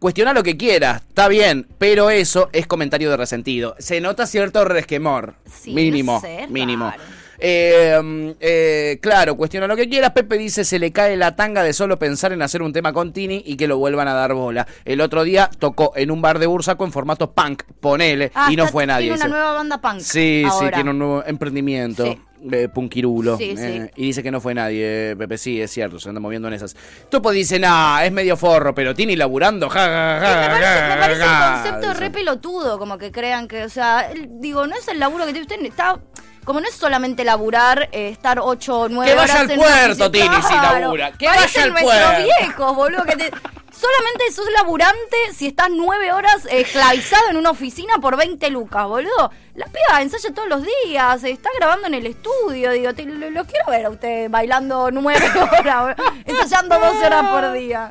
Cuestiona lo que quieras, está bien, pero eso es comentario de resentido. Se nota cierto resquemor.
Sí,
mínimo.
no sé,
mínimo.
raro.
Eh, mm, eh, claro, cuestiona lo que quieras. Pepe dice: se le cae la tanga de solo pensar en hacer un tema con Tini y que lo vuelvan a dar bola. El otro día tocó en un bar de Bursaco en formato punk, ponele,
Ah,
y no
está-
fue nadie.
Tiene una
dice.
nueva banda punk.
Sí, sí,
ahora.
tiene un nuevo emprendimiento.
Sí.
eh, punkirulo.
Sí, sí.
eh, y dice que no fue nadie. eh, Pepe, sí, es cierto, se anda moviendo en esas. Topo dice, nah, es medio forro, pero Tini laburando. Ja, ja,
Sí,
ja,
me parece, me
ja,
parece
ja",
un concepto
dice.
re pelotudo, como que crean que, o sea, el- digo, no es el laburo que tiene usted, está, como no es solamente laburar, eh, estar 8 o 9
Que vaya
horas
al
en una
puerto,
oficina,
Tini, si
claro.
labura. Que
Parecen
vaya al
nuestros
puerto.
viejos, boludo, que te- Solamente sos laburante si estás nueve horas eh, esclavizado en una oficina por 20 lucas, boludo. La piba ensaya todos los días, eh, está grabando en el estudio, digo, te- lo, lo quiero ver a usted bailando nueve horas, boludo, ensayando 12 horas por día.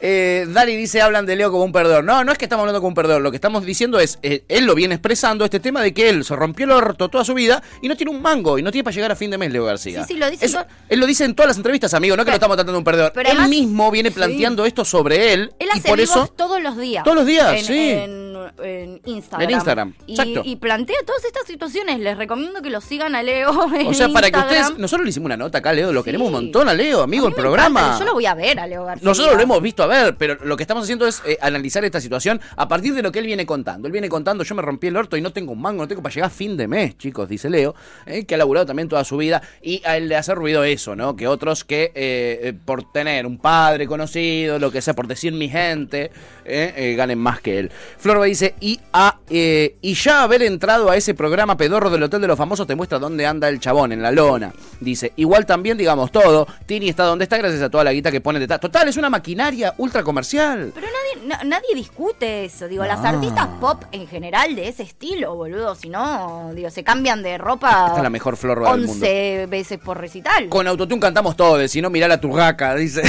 Eh, Dari dice, hablan de Leo como un perdedor. No, no es que estamos hablando como un perdedor. Lo que estamos diciendo es, eh, él lo viene expresando, este tema de que él se rompió el orto toda su vida y no tiene un mango y no tiene para llegar a fin de mes, Leo García.
Sí, sí, lo dice
Eso-
en to-
él lo dice en todas las entrevistas, amigo, no es que lo estamos tratando de un perdedor.
pero
él
además-
mismo viene planteando esto sobre él,
Él
y
hace
por
vivos
eso...
todos los días.
Todos los días,
en,
sí.
En, en Instagram.
En Instagram,
Y,
exacto.
y plantea todas estas situaciones. Les recomiendo que lo sigan a Leo. En
O sea, para que
Instagram.
ustedes... Nosotros le hicimos una nota acá, Leo, lo
Sí.
queremos un montón a Leo, amigo,
A mí
el
me
programa.
encanta, Yo lo voy a ver a Leo García.
Nosotros lo hemos visto a ver, pero lo que estamos haciendo es eh, analizar esta situación a partir de lo que él viene contando. Él viene contando, yo me rompí el orto y no tengo un mango, no tengo para llegar a fin de mes, chicos, dice Leo, eh, que ha laburado también toda su vida y a él le hace ruido eso, ¿no? Que otros que eh, eh, por tener un padre conocido, lo que sea, por decir mi gente, eh, eh, ganen más que él. Florba dice, y, a, eh, y ya haber entrado a ese programa pedorro del Hotel de los Famosos te muestra dónde anda el chabón, en la lona. Dice, igual también digamos todo, Tini está donde está gracias a toda la guita que pone detrás. Total, es una maquinaria ultra comercial.
Pero nadie, na- nadie discute eso. Digo, las
No.
artistas pop en general de ese estilo, boludo. Si no, digo, se cambian de ropa.
Esta es la mejor florba del
11 veces por recital.
Con Autotune cantamos todos, si no mirá la turraca, dice,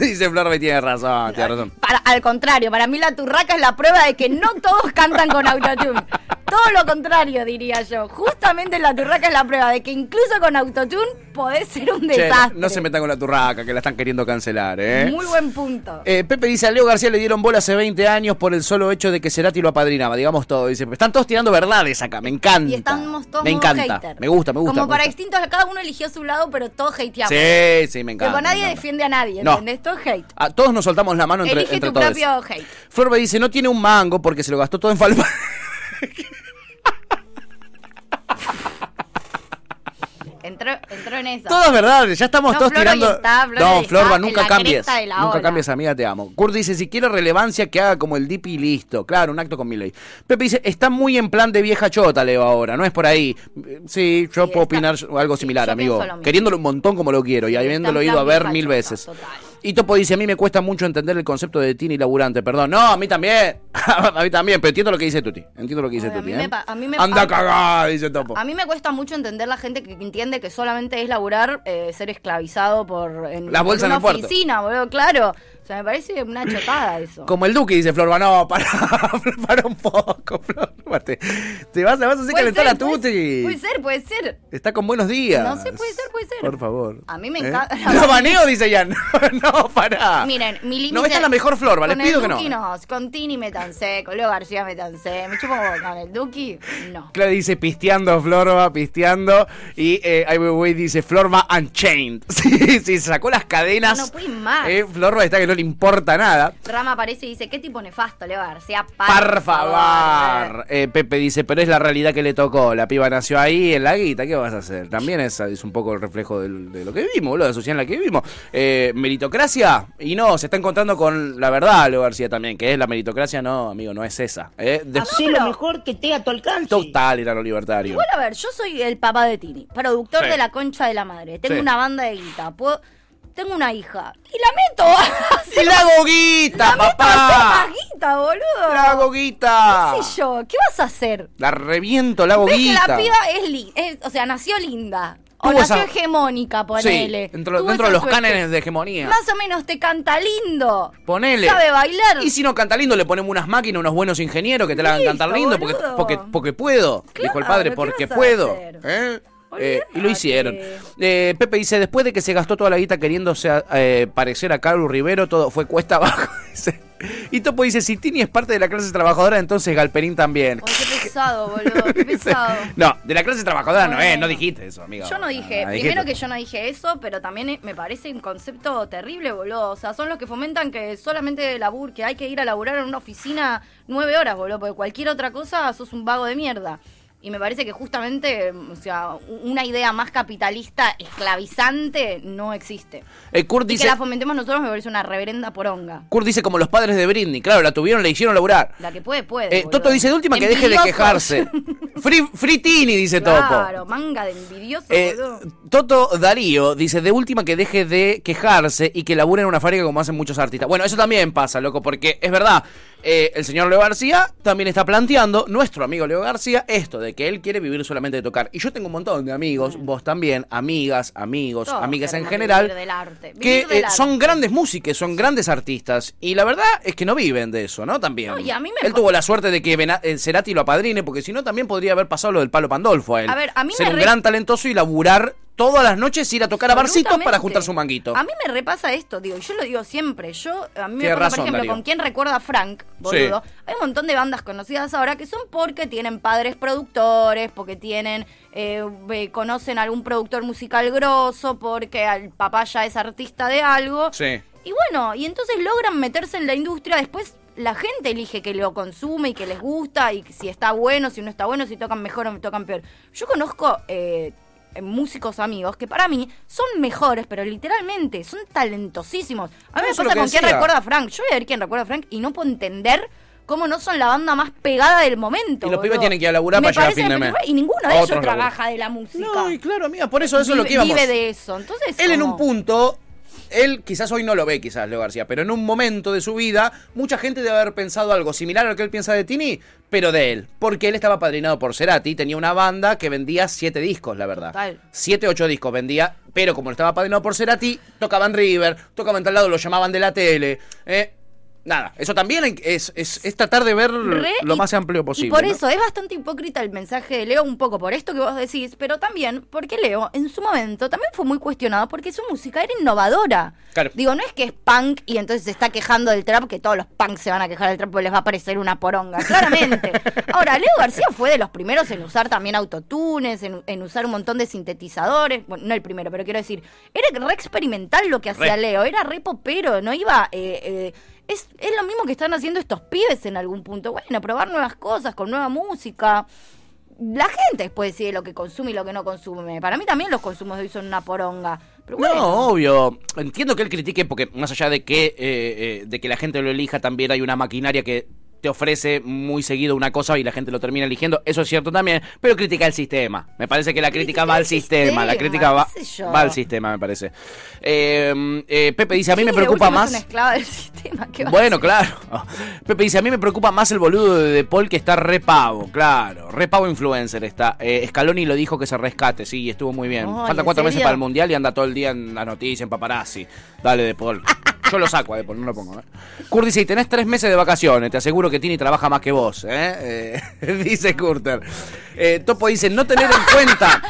dice Florba y tiene razón, tiene razón.
Para- al contrario, para mí la turraca es la prueba de que no todos cantan con autotune. Todo lo contrario, diría yo. Justamente la turraca es la prueba de que incluso con autotune podés ser un
Che,
desastre.
no se metan con la turraca, que la están queriendo cancelar, ¿eh?
Muy buen punto.
Eh, Pepe dice, a Leo García le dieron bola hace 20 años por el solo hecho de que Cerati lo apadrinaba, digamos todo. Dice, están todos tirando verdades acá, me encanta.
y estamos todos
me
modo
encanta,
hater.
me gusta, me gusta.
Como
me
para
gusta.
distintos, cada uno eligió su lado, pero todos hateamos.
Sí, sí, me encanta.
Tipo,
me
nadie
encanta.
defiende a nadie,
No.
¿entendés? Todo hate.
A todos nos soltamos la mano entre,
Elige
entre
tu
todos.
propio hate.
Florbe dice, no tiene un mango porque se lo gastó todo en falpa.
Entró, entró en esa.
Todas verdades, ya estamos
No,
todos
Flor, ahí
tirando.
está, Flor,
no,
ahí
Florba,
está, en
nunca
la
cambies.
cresta de la
Nunca
ola.
cambies, amiga, te amo. Kurt dice, si quiere relevancia, que haga como el DP y listo. Claro, un acto con mi ley. Pepe dice, está muy en plan de vieja chota, Leo, ahora, no es por ahí. Eh, Sí, yo
Sí,
puedo
está-
opinar algo
sí,
similar,
yo
amigo.
pienso lo mismo.
Queriéndolo un montón como lo quiero y
está
habiéndolo
en
ido
plan
a ver
vieja
mil
chota,
veces.
total.
Y Topo dice, a mí me cuesta mucho entender el concepto de Tini laburante, perdón. No, a mí también. a mí también, pero entiendo lo que dice Tuti. Entiendo lo que dice
Ay, a
Tuti.
mí me
¿eh?
pa- a mí me
Anda
pa-
cagada, dice Topo.
A mí me cuesta mucho entender la gente que entiende que solamente es laburar, eh, ser esclavizado por en,
La bolsa en
por una
el puerto.
oficina, boludo, claro. O sea, me parece una chotada eso.
Como el Duque dice Florba, no, para, para un poco, Florba. Te, te vas, te vas a hacer
Puede
calentar
ser,
a
puede-
Tuti.
Puede ser, puede ser.
Está con buenos días.
No sé, puede ser, puede ser.
Por favor.
A mí me encanta-
Lo baneo, dice Jan. no, pará.
Miren, mi límite.
Ah. No, esta es la mejor Florba, les
con el
pido que no.
Duki con Tini me tancé, con Leo García me tancé, me chupo como con el Duki, no.
Claro, dice pisteando Florba, pisteando. Y eh, Ai Weiwei dice Florba Unchained. Sí, sí, sacó las cadenas.
No, no puede más.
Eh, Florba está que no le importa nada.
Rama aparece y dice, qué tipo nefasto, Leo García,
Por favor. Eh, Pepe dice, pero es la realidad que le tocó. La piba nació ahí en la guita. ¿Qué vas a hacer? También es, es un poco el reflejo del- de, lo que vivimos, boludo, de la sociedad en la que vivimos. Eh, meritocracia. Y no, se está encontrando con la verdad, Leo García, también, que es la meritocracia. No, amigo, no es esa. Eh, de-
Sí, lo mejor.
Total, era lo libertario.
Bueno, a ver, yo soy el papá de Tini, productor
Sí.
de La Concha de la Madre. Tengo
Sí.
una banda de guita, puedo- tengo una hija. Y la meto.
¡Y
a hacer-
la goguita,
la meto a hacer
papá!
más guita, boludo.
¡La goguita!
¿Qué sé yo? ¿Qué vas a hacer?
La reviento, la
Ves que
goguita.
la piba es, li- es- o sea, nació linda. O
Tuvo
nació
esa-
hegemónica, ponele.
Sí, dentro,
Tuvo
dentro
esa
de los
suerte.
cánones de hegemonía.
Más o menos te canta lindo.
Ponele.
Sabe bailar.
Y si no canta lindo, le ponemos unas máquinas, unos buenos ingenieros que te la hagan
Listo,
cantar lindo porque,
boludo.
porque, porque puedo. dijo el
Claro,
padre,
¿qué
porque
vas a
puedo.
hacer?
¿Eh? Eh, y lo
Olvídate.
hicieron. Eh, Pepe dice, después de que se gastó toda la guita queriéndose a- eh, parecer a Carlos Rivero, todo fue cuesta abajo. dice. y Topo dice, si Tini es parte de la clase trabajadora, entonces Galperín también.
Ay, qué pesado, boludo. Qué
Dice,
pesado.
no, de la clase trabajadora no, eh,
Bueno.
no dijiste eso, amigo.
Yo no dije, primero que yo no dije eso, pero también eh, me parece un concepto terrible, boludo. O sea, son los que fomentan que solamente labur, que hay que ir a laburar en una oficina nueve horas, boludo, porque cualquier otra cosa sos un vago de mierda. Y me parece que justamente, mm, o sea, u- una idea más capitalista esclavizante no existe.
Eh, Kurt
Y
dice,
que la fomentemos nosotros me parece una reverenda poronga.
Kurt dice como los padres de Britney, claro, la tuvieron, le hicieron laburar.
La que puede, puede.
Eh,
boludo.
Toto dice de última que deje de
Envidiosos.
quejarse. Free, free Tini, dice
claro,
Topo.
manga de envidioso,
Eh,
boludo.
Toto Darío dice, de última que deje de quejarse y que labure en una fábrica como hacen muchos artistas. Bueno, eso también pasa, loco, porque es verdad, eh, el señor Leo García también está planteando, nuestro amigo Leo García, esto de que él quiere vivir solamente de tocar. Y yo tengo un montón de amigos, vos también, amigas, amigos,
Mm. Todos
amigas en
queremos
general,
vivir del arte,
que
vivir del
eh,
arte.
son grandes músicos, son grandes artistas. Y la verdad es que no viven de eso, ¿no? También.
No, y a mí me
él
pa-
tuvo la suerte de que Bena- eh, Cerati lo apadrine, porque si no también podría haber pasado lo del palo Pandolfo a él.
A ver, a mí
Ser
me
un
re-
gran talentoso y laburar todas las noches, ir a tocar a barcitos para juntar su manguito.
A mí me repasa esto, digo, yo lo digo siempre. Yo, a mí me
Tiene
pasa,
razón,
por ejemplo,
Darío.
con quien recuerda a Frank, boludo. Hay un montón de bandas conocidas ahora que son porque tienen padres productores, porque tienen, eh, eh, conocen a algún productor musical grosso, porque el papá ya es artista de algo.
Sí.
Y bueno, y entonces logran meterse en la industria, después la gente elige que lo consume y que les gusta, y si está bueno, si no está bueno, si tocan mejor o tocan peor. Yo conozco eh, músicos amigos que para mí son mejores, pero literalmente son talentosísimos. A mí
No,
me
eso es lo
pasa
que
con quién
decía.
recuerda a Frank. Yo voy a ver quién recuerda a Frank y no puedo entender cómo no son la banda más pegada del momento.
Y los
boludo.
pibes tienen que ir a laburar
Me
para llegar a
parece
fin de
espectacular,
mes.
Y ninguno
A
de ellos
otros laburos.
trabaja de la música.
No, y claro, amiga, por eso eso es lo
Vive-
que íbamos.
Vive de eso. Entonces,
Él en un
como-
punto, él quizás hoy no lo ve, quizás Leo García, pero en un momento de su vida, mucha gente debe haber pensado algo similar a lo que él piensa de Tini, pero de él. Porque él estaba padrinado por Cerati, tenía una banda que vendía siete discos, la verdad.
Total.
Siete, ocho discos vendía, pero como estaba padrinado por Cerati, tocaban River, tocaban tal lado, lo llamaban de la tele. eh, nada, eso también es, es- es tratar de ver
Re
lo
y-
más amplio posible.
Y por
¿no?
eso es bastante hipócrita el mensaje de Leo, un poco por esto que vos decís, pero también porque Leo en su momento también fue muy cuestionado porque su música era innovadora.
Claro.
Digo, no es que es punk y entonces se está quejando del trap, que todos los punks se van a quejar del trap porque les va a parecer una poronga, claramente. Ahora, Leo García fue de los primeros en usar también autotunes, en, en usar un montón de sintetizadores. Bueno, no el primero, pero quiero decir, era re experimental lo que hacía
Re.
Leo, era re popero, no iba... eh, eh, es, es lo mismo que están haciendo estos pibes en algún punto. Bueno, probar nuevas cosas con nueva música. La gente después decide lo que consume y lo que no consume. Para mí también los consumos de hoy son una poronga. Pero bueno,
No, obvio. Entiendo que él critique porque más allá de que, eh, eh, de que la gente lo elija, también hay una maquinaria que te ofrece muy seguido una cosa y la gente lo termina eligiendo. Eso es cierto también, pero critica el sistema. Me parece que la crítica
Critica
va al
el
sistema. La
sistema,
crítica va,
qué sé yo.
va al sistema, me parece. Eh, eh, Pepe dice, a mí me
Gini de
preocupa
última es una
más...
esclava del sistema. ¿qué va a
Bueno,
hacer?
claro. Pepe dice, a mí me preocupa más el boludo de De Paul que está repavo, claro. Repavo influencer está. Eh, Scaloni lo dijo que se rescate, sí, estuvo muy bien.
Ay,
Falta
¿en
cuatro meses
serio?
para el Mundial y anda todo el día en la noticia, en paparazzi. Dale, De Paul. Yo lo saco a De Paul, no lo pongo. ¿eh? Kurt dice, y tenés tres meses de vacaciones, te aseguro que Tini trabaja más que vos, ¿eh? Eh, dice Curter. Eh, Topo dice, no tener en cuenta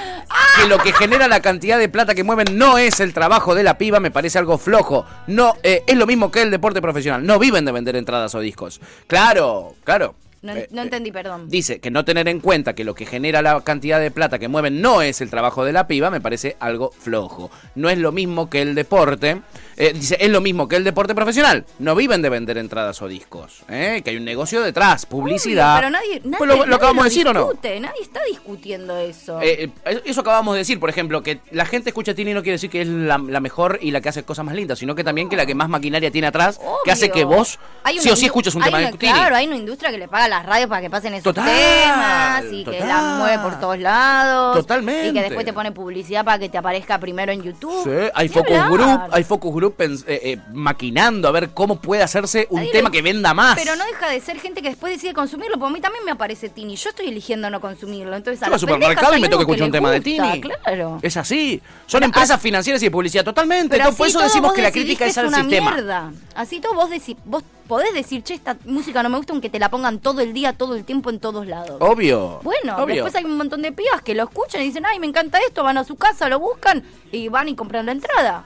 que lo que genera la cantidad de plata que mueven no es el trabajo de la piba, me parece algo flojo. No, eh, es lo mismo que el deporte profesional. No viven de vender entradas o discos. Claro, claro.
No,
Eh,
no
eh,
entendí, perdón.
Dice que no tener en cuenta que lo que genera la cantidad de plata que mueven no es el trabajo de la piba, me parece algo flojo. No es lo mismo que el deporte. eh, dice, es lo mismo que el deporte profesional. No viven de vender entradas o discos. ¿eh? Que hay un negocio detrás, publicidad.
Obvio, pero nadie, nadie,
Pues lo, lo
nadie
acabamos de decir o no.
discute, Nadie está discutiendo eso.
Eh, eh, eso acabamos de decir, por ejemplo, que la gente escucha a Tini no quiere decir que es la, la mejor y la que hace cosas más lindas, sino que también que la que más maquinaria tiene atrás, que hace
Obvio.
que vos
Hay
sí
una
o sí
indu-
escuches un
hay
tema de
una-
Tini.
Claro, hay una industria que le paga a las radios para que pasen esos
Total,
temas y que
total.
la mueve por todos lados.
Totalmente.
Y que después te pone publicidad para que te aparezca primero en YouTube.
Sí, hay
Ni
focus
hablar.
group, hay focus group pens- eh, eh, maquinando a ver cómo puede hacerse un
Nadie
tema
lo-
que venda más.
Pero no deja de ser gente que después decide consumirlo. Porque a mí también me aparece Tini. Yo estoy eligiendo no consumirlo. Entonces,
Yo voy
a
al
las
supermercado
pendejas
y me tengo
hay
que
algo
escuchar un
les
tema de Tini.
gusta, Claro. ah,
Es así. Son empresas financieras y de publicidad totalmente.
Pero
Entonces,
así
por eso
todo
decimos
vos
que la
decidís
crítica es al
una
sistema.
Mierda. Así todo vos, deci- vos podés decir, che, esta música no me gusta aunque te la pongan todo el día, todo el tiempo, en todos lados.
Obvio.
Bueno,
obvio.
después hay un montón de pibas que lo escuchan y dicen, ay, me encanta esto, van a su casa, lo buscan y van y compran la entrada.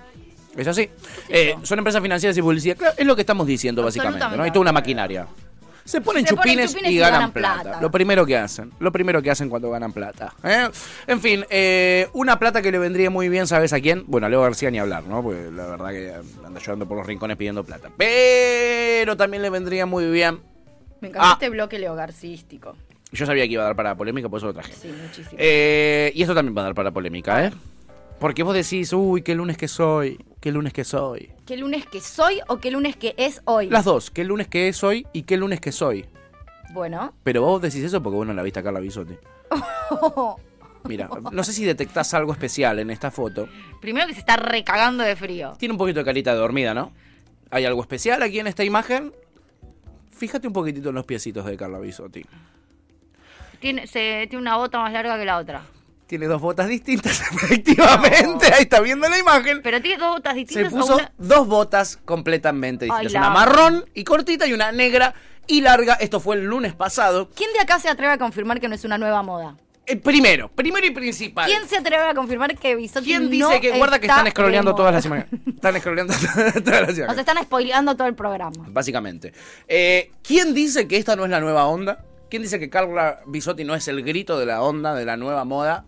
Es así. Eh, son empresas financieras y publicidad. Claro, es lo que estamos diciendo, básicamente. ¿no? Hay toda una maquinaria. Se ponen,
Se ponen
chupines,
chupines
y
y
ganan,
ganan
plata.
plata.
Lo primero que hacen. Lo primero que hacen cuando ganan plata. ¿eh? En fin, eh, una plata que le vendría muy bien, ¿sabes a quién? Bueno, a Leo García ni hablar, ¿no? Porque la verdad que anda llorando por los rincones pidiendo plata. Pero también le vendría muy bien.
Me
encantó Ah. este
este bloque leogarcístico.
Yo sabía que iba a dar para polémica, por eso lo traje.
Sí, muchísimo.
Eh, y esto también va a dar para polémica, ¿eh? Porque vos decís, uy, qué lunes que soy, qué lunes que soy.
¿Qué lunes que soy o qué lunes que es hoy?
Las dos, qué lunes que es hoy y qué lunes que soy.
Bueno.
Pero vos decís eso porque vos no la viste a Carla Bisotti. Mira, no sé si detectás algo especial en esta foto.
Primero que se está recagando de frío.
Tiene un poquito de carita de dormida, ¿no? ¿Hay algo especial aquí en esta imagen? Fíjate un poquitito en los piecitos de Carla Bisotti.
Tiene, se, tiene una bota más larga que la otra.
Tiene dos botas distintas, efectivamente. Ahí está viendo la imagen.
Pero tiene dos botas
Se
distintas. o
puso
una-
dos botas completamente
Ay,
distintas.
la
una
amo.
marrón y cortita y una negra y larga. Esto fue el lunes pasado.
¿Quién de acá se atreve a confirmar que no es una nueva moda?
Eh, primero, primero y principal.
¿Quién se atreve a confirmar que Bisotti
¿Quién dice
no
que guarda que
está
están escroleando
de
todas las
moda?
imágenes? Están escroleando todas las
Nos
imágenes.
están spoileando todo el programa.
Básicamente. Eh, ¿Quién dice que esta no es la nueva onda? ¿Quién dice que Carla Bisotti no es el grito de la onda, de la nueva moda?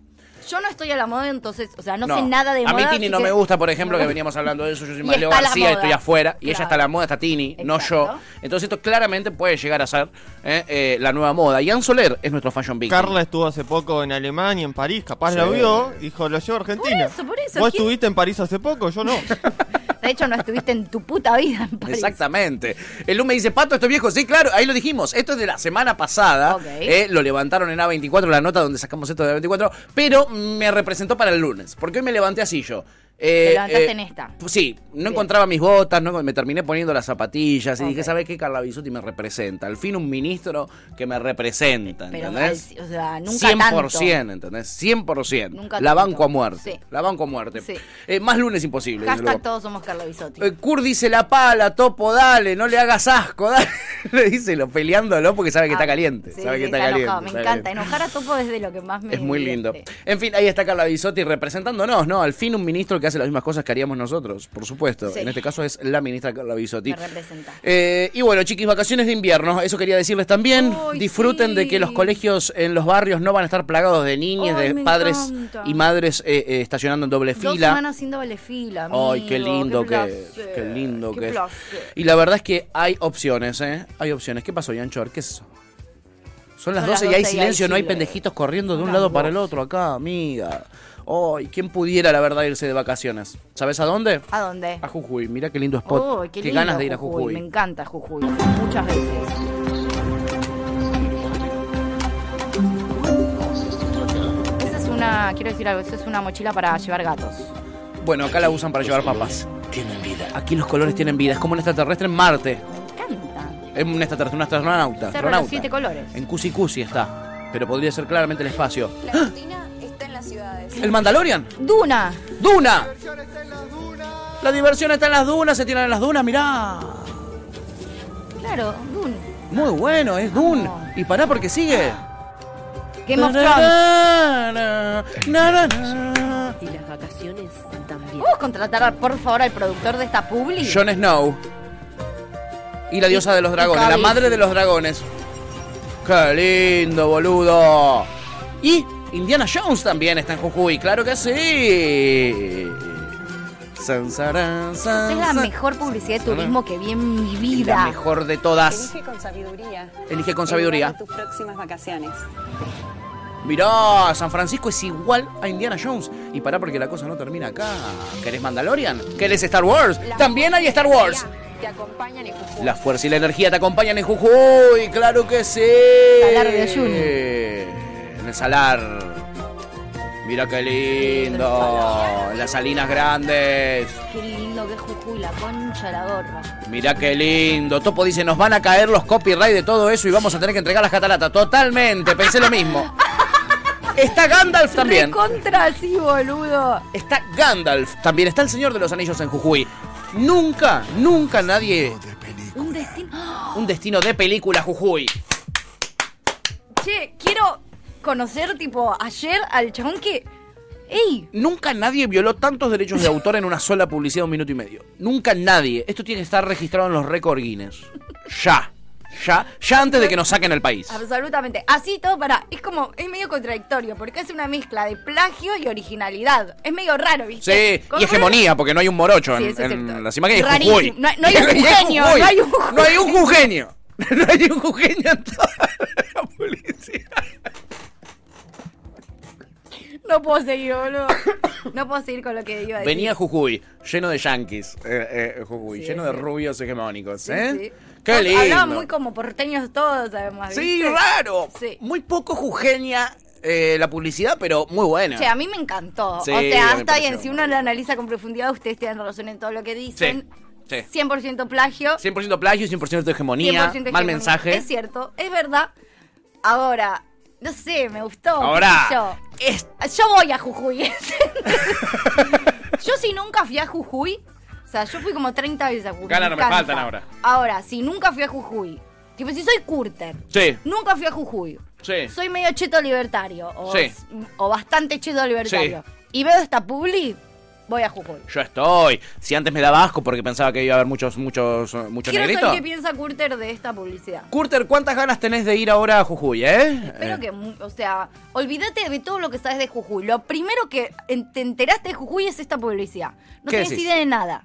Yo no estoy a la moda, entonces, o sea, no, sé nada de
a
moda.
mí Tini
así
no
que-
me gusta, por ejemplo,
No.
que veníamos hablando de eso. Yo soy
Y
más Leo
está la
García,
moda.
estoy afuera. Y ella
Claro.
está a la moda, está Tini, no yo.
Exacto.
Entonces esto claramente puede llegar a ser eh, eh, la nueva moda. Ian Soler es nuestro fashion victim.
Carla estuvo hace poco en Alemania, en París, capaz
Sí.
la vio, dijo, lo llevo a Argentina.
Por eso, por eso,
Vos
¿quién-
estuviste en París hace poco, yo no.
De hecho, no estuviste en tu puta vida en París.
Exactamente. El Lu me dice, Pato, esto es viejo. Sí, claro, ahí lo dijimos. Esto es de la semana pasada.
Ok.
Eh, lo levantaron en A24, la nota donde sacamos esto de A24. Pero me representó para el lunes. Porque hoy me levanté así yo. Eh,
Te levantaste en esta.
pues Sí, no
Bien.
encontraba mis botas, no, me terminé poniendo las zapatillas y
Ok.
dije, ¿sabes qué? Carla Bisotti me representa. Al fin un ministro que me representa,
Pero,
¿entendés?
al- o sea, nunca tanto.
100%, ¿entendés? 100%.
Nunca
la
tanto.
banco a muerte.
Sí.
La banco a muerte.
Sí.
Eh, más lunes imposible. desde
Hashtag
luego.
todos somos Carla Bisotti.
Eh, Kur dice la pala, topo, dale, no le hagas asco, dale. Le dice lo peleándolo porque sabe que está
Ah,
caliente.
sí,
sabe
sí,
que está, caliente.
enojado. Me
sabe
encanta.
que-
Enojar a Topo es de lo que más me.
Es muy lindo.
divierte.
En fin, ahí está Carla Bisotti representándonos, ¿no? Al fin un ministro que hace las mismas cosas que haríamos nosotros, por supuesto.
Sí.
En este caso es la ministra Carla Bisotti.
Me representa.
Eh, y bueno, chiquis, vacaciones de invierno, eso quería decirles también.
Ay,
Disfruten de
sí.
que los colegios en los barrios no van a estar plagados de niñas,
Ay,
de
me
padres
encanta.
y madres eh, eh, estacionando en doble
Dos
fila.
semanas sin doble fila. Amigo.
Ay, qué lindo que es,
placer,
qué lindo
qué
que es.
placer.
Y la verdad es que hay opciones, ¿eh? Hay opciones. ¿Qué pasó, Yanchor? ¿Qué es eso? Son las
Son las
12 y hay
12 y hay
silencio, no hay
silencio.
pendejitos corriendo de un
Son
lado
las
para el otro acá, amiga. Ay, ¿quién pudiera, la verdad, irse de vacaciones? ¿Sabes a dónde?
¿A dónde?
A Jujuy. Mira qué lindo spot.
Ay,
Ah, qué
lindo
ganas de ir a Jujuy.
Me encanta Jujuy. Muchas veces. Esa es una, quiero decir algo, esa es una mochila para llevar gatos.
Bueno, acá la usan para llevar papas. Tienen vida. Aquí los colores tienen vida. Es como un extraterrestre en Marte.
Me encanta.
Es un extraterrestre, un astronauta.
Cerro de los
astronauta.
siete colores.
En Cusi Cusi está. Pero podría ser claramente el espacio. ¡Ah!
La rutina está en las ciudades.
¿El Mandalorian?
Duna.
¡Duna! La diversión está en las dunas, se tiran en las dunas, mirá.
Claro, Duna.
Muy bueno, es Dune. Y pará porque sigue.
Game of Thrones.
Y las vacaciones también.
¿Podemos contratar, por favor, al productor de esta publi?
Jon Snow. Y la diosa de los dragones, la madre de los dragones. ¡Qué lindo, boludo! Y Indiana Jones también está en Jujuy, claro que sí. San, sarán, san,
Esa es la
san.
mejor publicidad de
Sana.
turismo que vi en mi
Y la
vida.
mejor de todas.
Elige con sabiduría.
Elige con
el
sabiduría.
lugar de Tus próximas vacaciones.
Mirá, San Francisco es igual a Indiana Jones. Y pará porque la cosa no termina acá. ¿Querés Mandalorian? ¿Querés Star Wars?
Las
También hay Star Wars.
Te acompañan en Jujuy.
La fuerza y la energía te acompañan en Jujuy, claro que sí. Salar
de Uyuni.
En el salar. Mira qué lindo. En las salinas grandes.
Qué lindo que es Jujuy, la concha, la gorra.
Mirá qué lindo. Topo dice, nos van a caer los copyright de todo eso y vamos a tener que entregar las cataratas. Totalmente, pensé lo mismo. Está Gandalf también.
Contra sí, boludo.
Está Gandalf, también está el Señor de los Anillos en Jujuy. Nunca, nunca nadie.
Un destino. ¡Ah!
Un destino de película Jujuy.
Che, quiero conocer, tipo, ayer al chabón que. ¡Ey!
Nunca nadie violó tantos derechos de autor en una sola publicidad de un minuto y medio. Nunca nadie. Esto tiene que estar registrado en los récord Guinness. Ya. Ya. Ya antes de que nos saquen el país.
Absolutamente. Así todo para. Es como. Es medio contradictorio porque es una mezcla de plagio y originalidad. Es medio raro, ¿viste?
Sí,
Como
y hegemonía, porque no hay un morocho
Sí,
en,
eso es
en
cierto.
las imágenes de
Rarísimo.
Jujuy.
No hay- no hay un
Y en
jujeño, no hay un
No hay un jujeño. No hay un jujeño en toda la publicidad.
que- No puedo seguir, boludo. No puedo seguir con lo que iba a decir.
Venía Jujuy, lleno de yanquis, eh, eh, Jujuy,
Sí,
lleno
sí.
de rubios hegemónicos,
Sí,
¿eh?
sí.
¡Qué
Nos
lindo!
Hablaban muy como porteños todos, además.
Sí,
¿viste?
raro.
Sí.
Muy poco jujeña eh, la publicidad, pero muy buena.
Che, a mí me encantó.
Sí,
o sea,
a mí
está
me
bien,
pareció.
si uno lo analiza con profundidad, ustedes tienen razón en todo lo que
Sí,
dicen.
sí.
100% plagio.
100% plagio, 100% hegemonía,
100%
mal
hegemonía.
mensaje.
Es cierto, es verdad. Ahora, no sé, me gustó. qué
Ahora,
sé yo. yo voy a Jujuy. yo si nunca fui a Jujuy, o sea, yo fui como 30 veces a Jujuy.
Ganas no me
encanta.
faltan ahora.
Ahora, si nunca fui a Jujuy, tipo si soy Curter,
Sí,
nunca fui a Jujuy,
sí.
soy medio cheto libertario, o,
Sí.
o bastante cheto libertario, y veo esta publi, voy a Jujuy.
Yo estoy. Si antes me daba asco porque pensaba que iba a haber muchos, muchos, eh, muchos
Quiero saber
negritos.
qué piensa Curter de esta publicidad.
Curter, ¿cuántas ganas tenés de ir ahora a Jujuy, eh?
Espero
Eh,
que, mu- o sea, olvídate de todo lo que sabes de Jujuy. Lo primero que en- te enteraste de Jujuy es esta publicidad. No
¿Qué
tienes
decís?
idea de nada.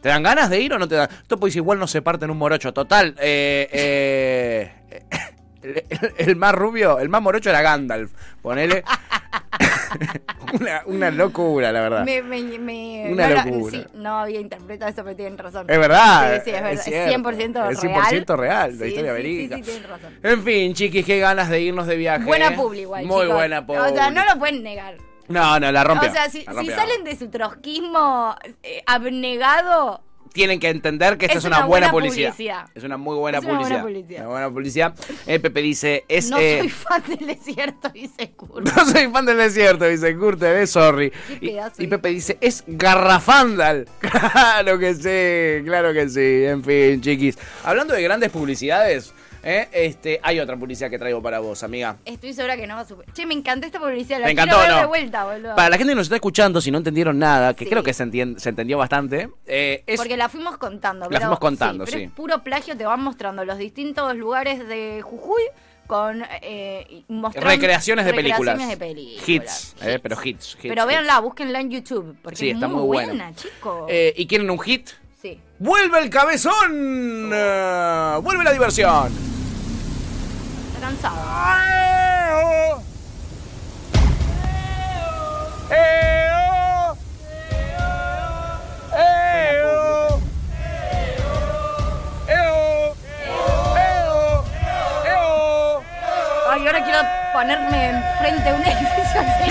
¿Te dan ganas de ir o no te dan? Topo dice, igual no se parten un morocho. Total, eh, eh, el, el- el más rubio, el más morocho era Gandalf. Ponele. una, una locura, la verdad.
Me, me- me-
Ah. Una
no, la-
locura.
sí, no había interpretado eso, pero tienen razón.
Es verdad.
Sí, sí, es verdad. Es,
cierto.
100% real.
Es 100% real, la
Sí,
historia
sí,
verídica.
Sí, sí, tienen razón.
En fin, chiquis, qué ganas de irnos de viaje.
Buena
eh.
publi, igual.
Muy
chicos.
buena publi.
O sea, no lo pueden negar.
No, no, la rompió.
o sea, si,
la
si
rompió.
salen de su trotskismo eh, abnegado,
Tienen que entender que esta es, una, buena, publicidad. Es una muy buena
Es una buena
publicidad.
publicidad.
Una buena publicidad. Eh, Pepe dice, es...
no
eh,
soy fan del desierto, dice Kurt.
No soy fan del desierto, dice Curter, es sorry.
Qué
Y,
pedazo
y Pepe dice, es garrafandal. Claro que sí, claro que sí. En fin, chiquis. Hablando de grandes publicidades, ¿eh? este, hay otra publicidad que traigo para vos, amiga.
Estoy segura que no va a superar. Che, me encantó esta publicidad. La
Me
quiero
encantó,
ver de
¿no?
vuelta, boludo.
Para la gente que nos está escuchando, si no entendieron nada, que
Sí.
creo que se, entien- se entendió bastante, eh, es
Porque la fuimos contando.
La
pero-
fuimos contando,
pero
sí.
es puro plagio, te van mostrando los distintos lugares de Jujuy con eh, y mostrando-
recreaciones de películas.
recreaciones de películas.
Hits, eh, pero hits. hits,
Pero
hits.
véanla, búsquenla en YouTube. Porque
Sí,
es
está
muy
muy buena.
buena, chicos.
Eh, ¿Y quieren un hit?
sí.
¡Vuelve el cabezón! Eh, ¡Vuelve la diversión!
Está cansado. Ay, ahora quiero ponerme enfrente de un edificio así.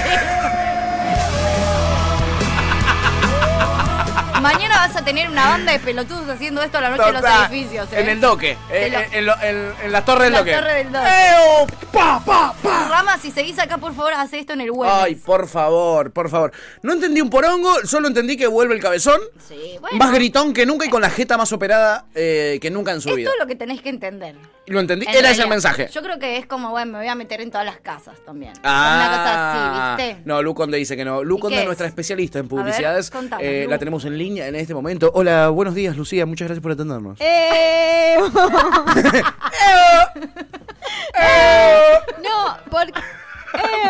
Mañana vas a tener una banda de pelotudos haciendo esto a la noche en
Total,
los edificios. ¿eh?
En el doque.
Te
eh,
lo-
eh, en, lo- en- en las torres del
La
doque.
torre del doque.
¡Eo! ¡Pa, pa, pa!
Rama, si seguís acá, por favor, haz esto en el web.
Ay, por favor, por favor. No entendí un porongo, solo entendí que vuelve el cabezón.
Sí, bueno.
Más gritón que nunca y con la jeta más operada eh, que nunca en su
Esto
vida.
es lo que tenés que entender.
Lo entendí,
En
era ese
realidad,
el mensaje.
Yo creo que es como, bueno, me voy a meter en todas las casas también.
Ah,
Una cosa así, ¿viste?
No, Luconde dice que no.
qué
Luconde,
es?
nuestra especialista en
ver,
publicidades,
contanos,
eh,
Lu.
la tenemos en línea en este momento. Hola, buenos días, Lucía, muchas gracias por atendernos. Eh.
Eh, no, porque.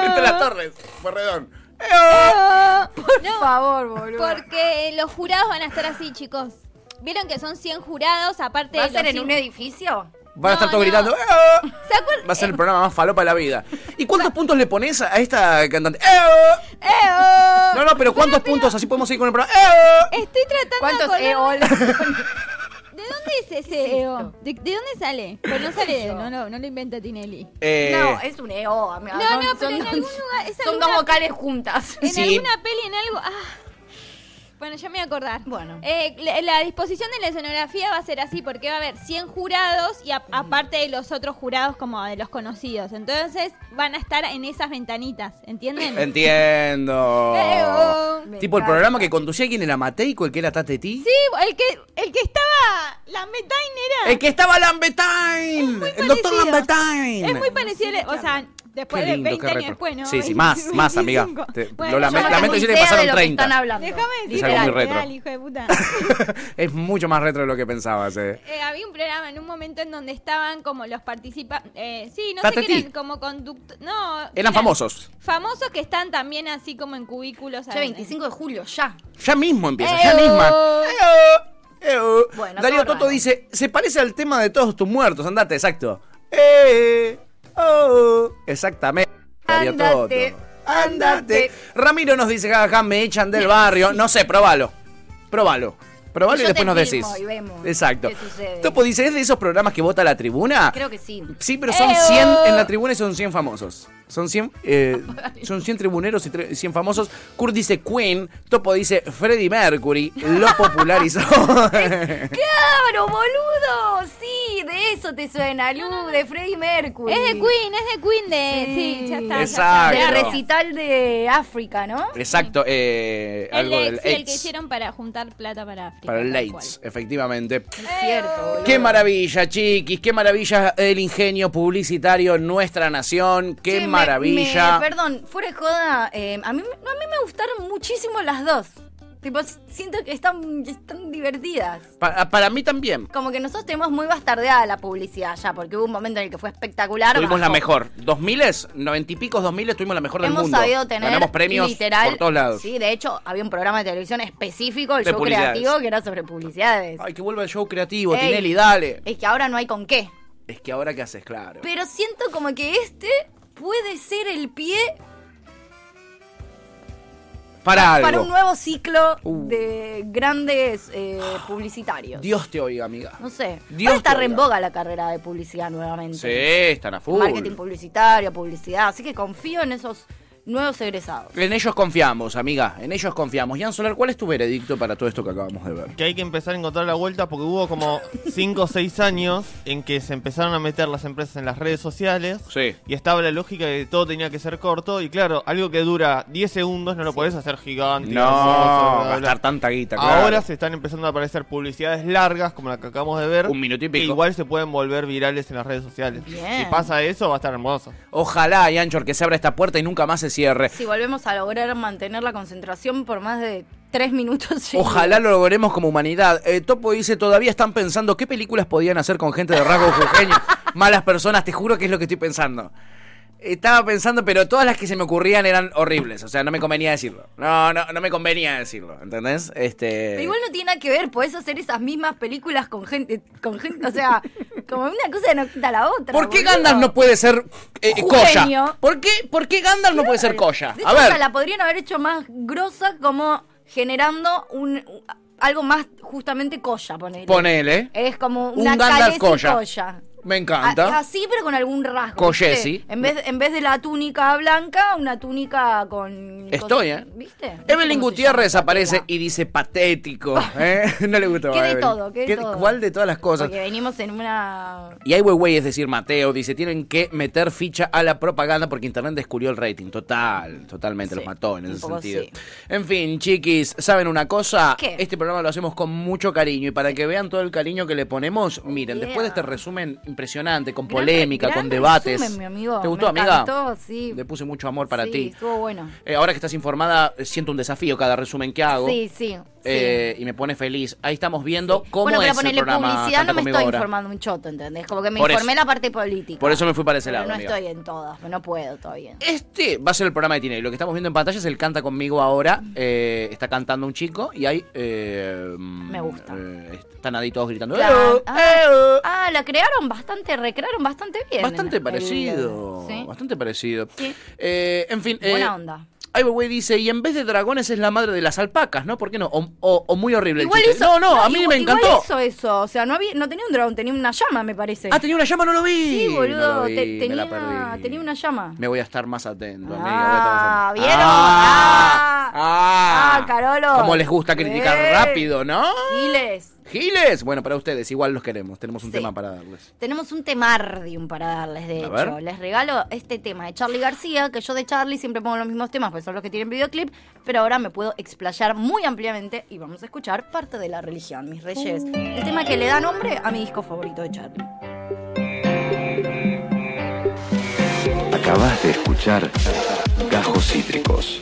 Entre las torres, Borredón.
Por favor, boludo.
Porque los jurados van a estar así, chicos. Vieron que son 100 jurados, aparte
¿Va a
de
ser
los
en un
cin-
edificio?
Van a estar
No,
todos
no.
gritando. "Eo".
¿Se acuerdan?
Va a ser el programa más falopa de la vida. ¿Y cuántos puntos le pones a esta cantante? ¡Eo!
¡Eh, oh!
No, no, pero ¿cuántos puntos? Así podemos seguir con el programa. ¡Eo!
Estoy tratando
¿Cuántos E
de acordar-
eol?
¿De dónde es ese EO? ¿De, de dónde sale? Pues no sale de él, E no, no, no lo inventa Tinelli.
Eh,
No, es un EO, amiga.
No,
Son-
no, pero
son-
en algún lugar- es
Son dos
alguna-
vocales juntas.
En
Sí.
alguna peli, en algo... ah. Bueno, yo me voy a acordar.
Bueno.
Eh, la, la disposición de la escenografía va a ser así, porque va a haber 100 jurados y a- aparte de los otros jurados como de los conocidos. Entonces van a estar en esas ventanitas, ¿entienden?
Entiendo.
Eo.
Me
Tipo el
encanta.
programa que conducía quien era Mateico, el que era Tate T.
Sí, el que, el que estaba... La metain era...
El que estaba Lambertine. El doctor
parecido.
Lambertine.
Es muy parecido, o sea, después
Qué
de
lindo,
20
qué
años
retro.
después, ¿no?
Sí, sí, más, más, amiga. Te- lo
Yo no
lame-
tengo
lamento decirte
idea
que pasaron
E de lo
30.
están hablando.
Déjame
Es
decir,
algo muy
algo
retro.
hijo de puta.
es mucho más retro de lo que pensabas. Eh.
Eh, había un programa en un momento en donde estaban como los participantes, eh, sí, no
Tate
sé qué
T.
eran, como conducto, no.
Eran famosos.
Famosos que están también así como en cubículos.
Ya
¿sabes?
25 de julio, ya.
Ya mismo empieza,
Eo.
ya misma. Eo, eo.
Bueno,
Darío
todo
Toto
raro.
dice, se parece al tema de todos tus muertos, andate, exacto. Eh, oh, exactamente. Darío Toto.
Andate, andate.
Andate. Ramiro nos dice, jaja, me echan del barrio. No sé, probalo. Probalo. Probalo y,
Yo te
después nos decís.
filmo y vemos
Exacto.
qué sucede.
Topo dice, ¿es de esos programas que vota la tribuna?
Creo que sí.
Sí, pero son
Eo.
100 en la tribuna y son 100 famosos. Son 100, eh, son 100 tribuneros y tre- 100 famosos. Kurt dice Queen, Topo dice Freddie Mercury, lo popularizó.
¡Claro, boludo! Sí, de eso te suena, Lu, de Freddie Mercury.
Es de Queen, es de Queen de. Sí, ya está. ya está.
Exacto.
Era recital de África, ¿no?
Exacto, eh,
El,
algo
de-
del
sí, el que
AIDS,
hicieron para juntar plata para África.
Para el
tal cual.
AIDS, efectivamente.
Es cierto, boludo.
Qué maravilla, chiquis, qué maravilla el ingenio publicitario en nuestra nación, qué
Che, me-
maravilla.
me- perdón, fuera de joda, eh, a, mí, no, a mí me gustaron muchísimo las dos. Tipo, s- siento que están, están divertidas.
Pa- ah, para mí también.
Como que nosotros tenemos muy bastardeada la publicidad ya, porque hubo un momento en el que fue espectacular.
Tuvimos la
bajó.
mejor. 2000 es, 90 y picos 2000 tuvimos la mejor del
Hemos
mundo.
sabido tener
Ganamos premios
literal,
por todos lados.
Sí, de hecho, había un programa de televisión específico, el
De
show
publicidades.
creativo, que era sobre publicidades.
Ay, que vuelva el show creativo,
Ey.
Tinelli, dale.
Es que ahora no hay con qué.
Es que ahora qué haces, claro.
Pero siento como que este puede ser el pie
Para algo.
para un nuevo ciclo
Uh.
de grandes eh, publicitarios.
Dios te oiga, amiga.
No sé.
Dios
Ahora está
te
re en
oiga.
boga la carrera de publicidad nuevamente.
Sí, están a full.
Marketing publicitario, publicidad. Así que confío en esos nuevos egresados.
En ellos confiamos, amiga. En ellos confiamos. Ian Solar, ¿cuál es tu veredicto para todo esto que acabamos de ver?
Que hay que empezar a encontrar la vuelta porque hubo como 5 o 6 años en que se empezaron a meter las empresas en las redes sociales.
Sí.
Y estaba la lógica de que todo tenía que ser corto. Y claro, algo que dura 10 segundos no lo podés hacer gigante.
No,
hermoso, bla, bla, bla.
gastar tanta guita, claro.
Ahora se están empezando a aparecer publicidades largas como la que acabamos de ver.
Un minuto y
Que
pico.
igual se pueden volver virales en las redes sociales.
Bien.
Si pasa eso, va a estar hermoso.
Ojalá, Ianchor, que se abra esta puerta y nunca más se cierre.
Si volvemos a lograr mantener la concentración por más de tres minutos. seguidos.
Ojalá lo logremos como humanidad. Eh, Topo dice, todavía están pensando qué películas podían hacer con gente de rasgos jujeños. Malas personas, te juro que es lo que estoy pensando. Estaba pensando, pero todas las que se me ocurrían eran horribles. O sea, no me convenía decirlo. No, no, no me convenía decirlo. ¿Entendés?
Pero
Este.
igual no tiene nada que ver, podés hacer esas mismas películas con gente, con gente, o sea, como una cosa no quita la otra.
¿Por qué
boludo.
Gandalf no puede ser eh,
Jujeño.
Koya? ¿Por qué, ¿Por qué Gandalf no puede ser Koya?
De hecho,
A ver.
hasta la podrían haber hecho más grosa como generando un u- algo más justamente colla, ponele.
Ponele.
Es como
Un
una
Gandalf
Khaleesi
colla.
colla.
Me
A-
encanta.
Ah, Así, pero con algún rasgo.
Collesi.
¿viste? En vez, en vez de la túnica blanca, una túnica con.
Estoy,
con-
¿eh?
¿Viste? No sé
Evelyn
cómo se llama
Gutiérrez
esa
aparece
tela.
y dice patético. ¿eh? No le gustó.
¿Qué
a
de
Evelyn.
todo? ¿Qué de todo?
¿Cuál de todas las cosas?
Porque venimos en una.
Y hay güey, es decir, Mateo, dice, tienen que meter ficha a la propaganda porque Internet descubrió el rating. Total, totalmente, los mató en
un
ese
poco
sentido.
sí.
En fin, chiquis, ¿saben una cosa?
¿Qué?
Este programa lo hacemos con mucho cariño y para que vean todo el cariño que le ponemos, miren,
yeah.
después de este resumen impresionante, con
Gran-
polémica,
gran
con debates.
resumen, mi amigo.
¿Te gustó,
Me
amiga?
encantó, sí.
Le puse mucho amor para
Sí,
ti.
Estuvo bueno.
Eh, ahora que estás informada, eh, siento un desafío cada resumen que hago.
Sí, sí.
Eh, Y me pone feliz. Ahí estamos viendo cómo
bueno, pero
es el
ponerle
programa.
publicidad
Canta
no me
conmigo
estoy
ahora.
informando un choto, ¿entendés? Como que me
Por eso.
informé la parte política.
Por eso me fui para ese
pero
lado.
no
amiga.
estoy en todas, no puedo todavía.
Este va a ser el programa de Tinelli. Lo que estamos viendo en pantalla es el Canta conmigo ahora. Eh, está cantando un chico y hay. eh,
Me gusta.
eh, están ahí todos gritando.
Claro.
"Eh,
Ah, ah, la crearon bastante, recrearon bastante bien.
Bastante
El-
parecido.
Sí.
Bastante parecido.
Sí.
Eh, en fin. eh,
Buena onda.
Ai Weiwei dice, y en vez de dragones es la madre de las alpacas, ¿no? ¿Por qué no? O, o- o muy horrible. el
Igual
chiste.
hizo.
no, no, a mí
igual-
me
igual
encantó.
hizo eso. O sea, no, había, no tenía un dragón, tenía una llama, me parece.
Ah, tenía una llama, no lo vi.
Sí,
No lo
boludo.
vi,
te-
me la
tenía,
perdí.
tenía una llama.
Me voy a estar más atento, amigo. voy a estar más
Ah,
atento.
¿vieron?
Ah, ah,
Ah, Carolo.
Como les gusta criticar
Bien.
rápido, ¿no?
Giles.
Giles. Bueno, para ustedes, igual los queremos. Tenemos un tema para darles.
Tenemos un temardium para darles, de
A
hecho.
ver.
Les regalo este tema de Charlie García, que yo de Charlie siempre pongo los mismos temas, pues son los que tienen videoclip, pero ahora me puedo explayar muy ampliamente y vamos a escuchar parte de la religión, mis reyes. El tema que le da nombre a mi disco favorito de Charlie.
Acabas de escuchar Gajos Cítricos.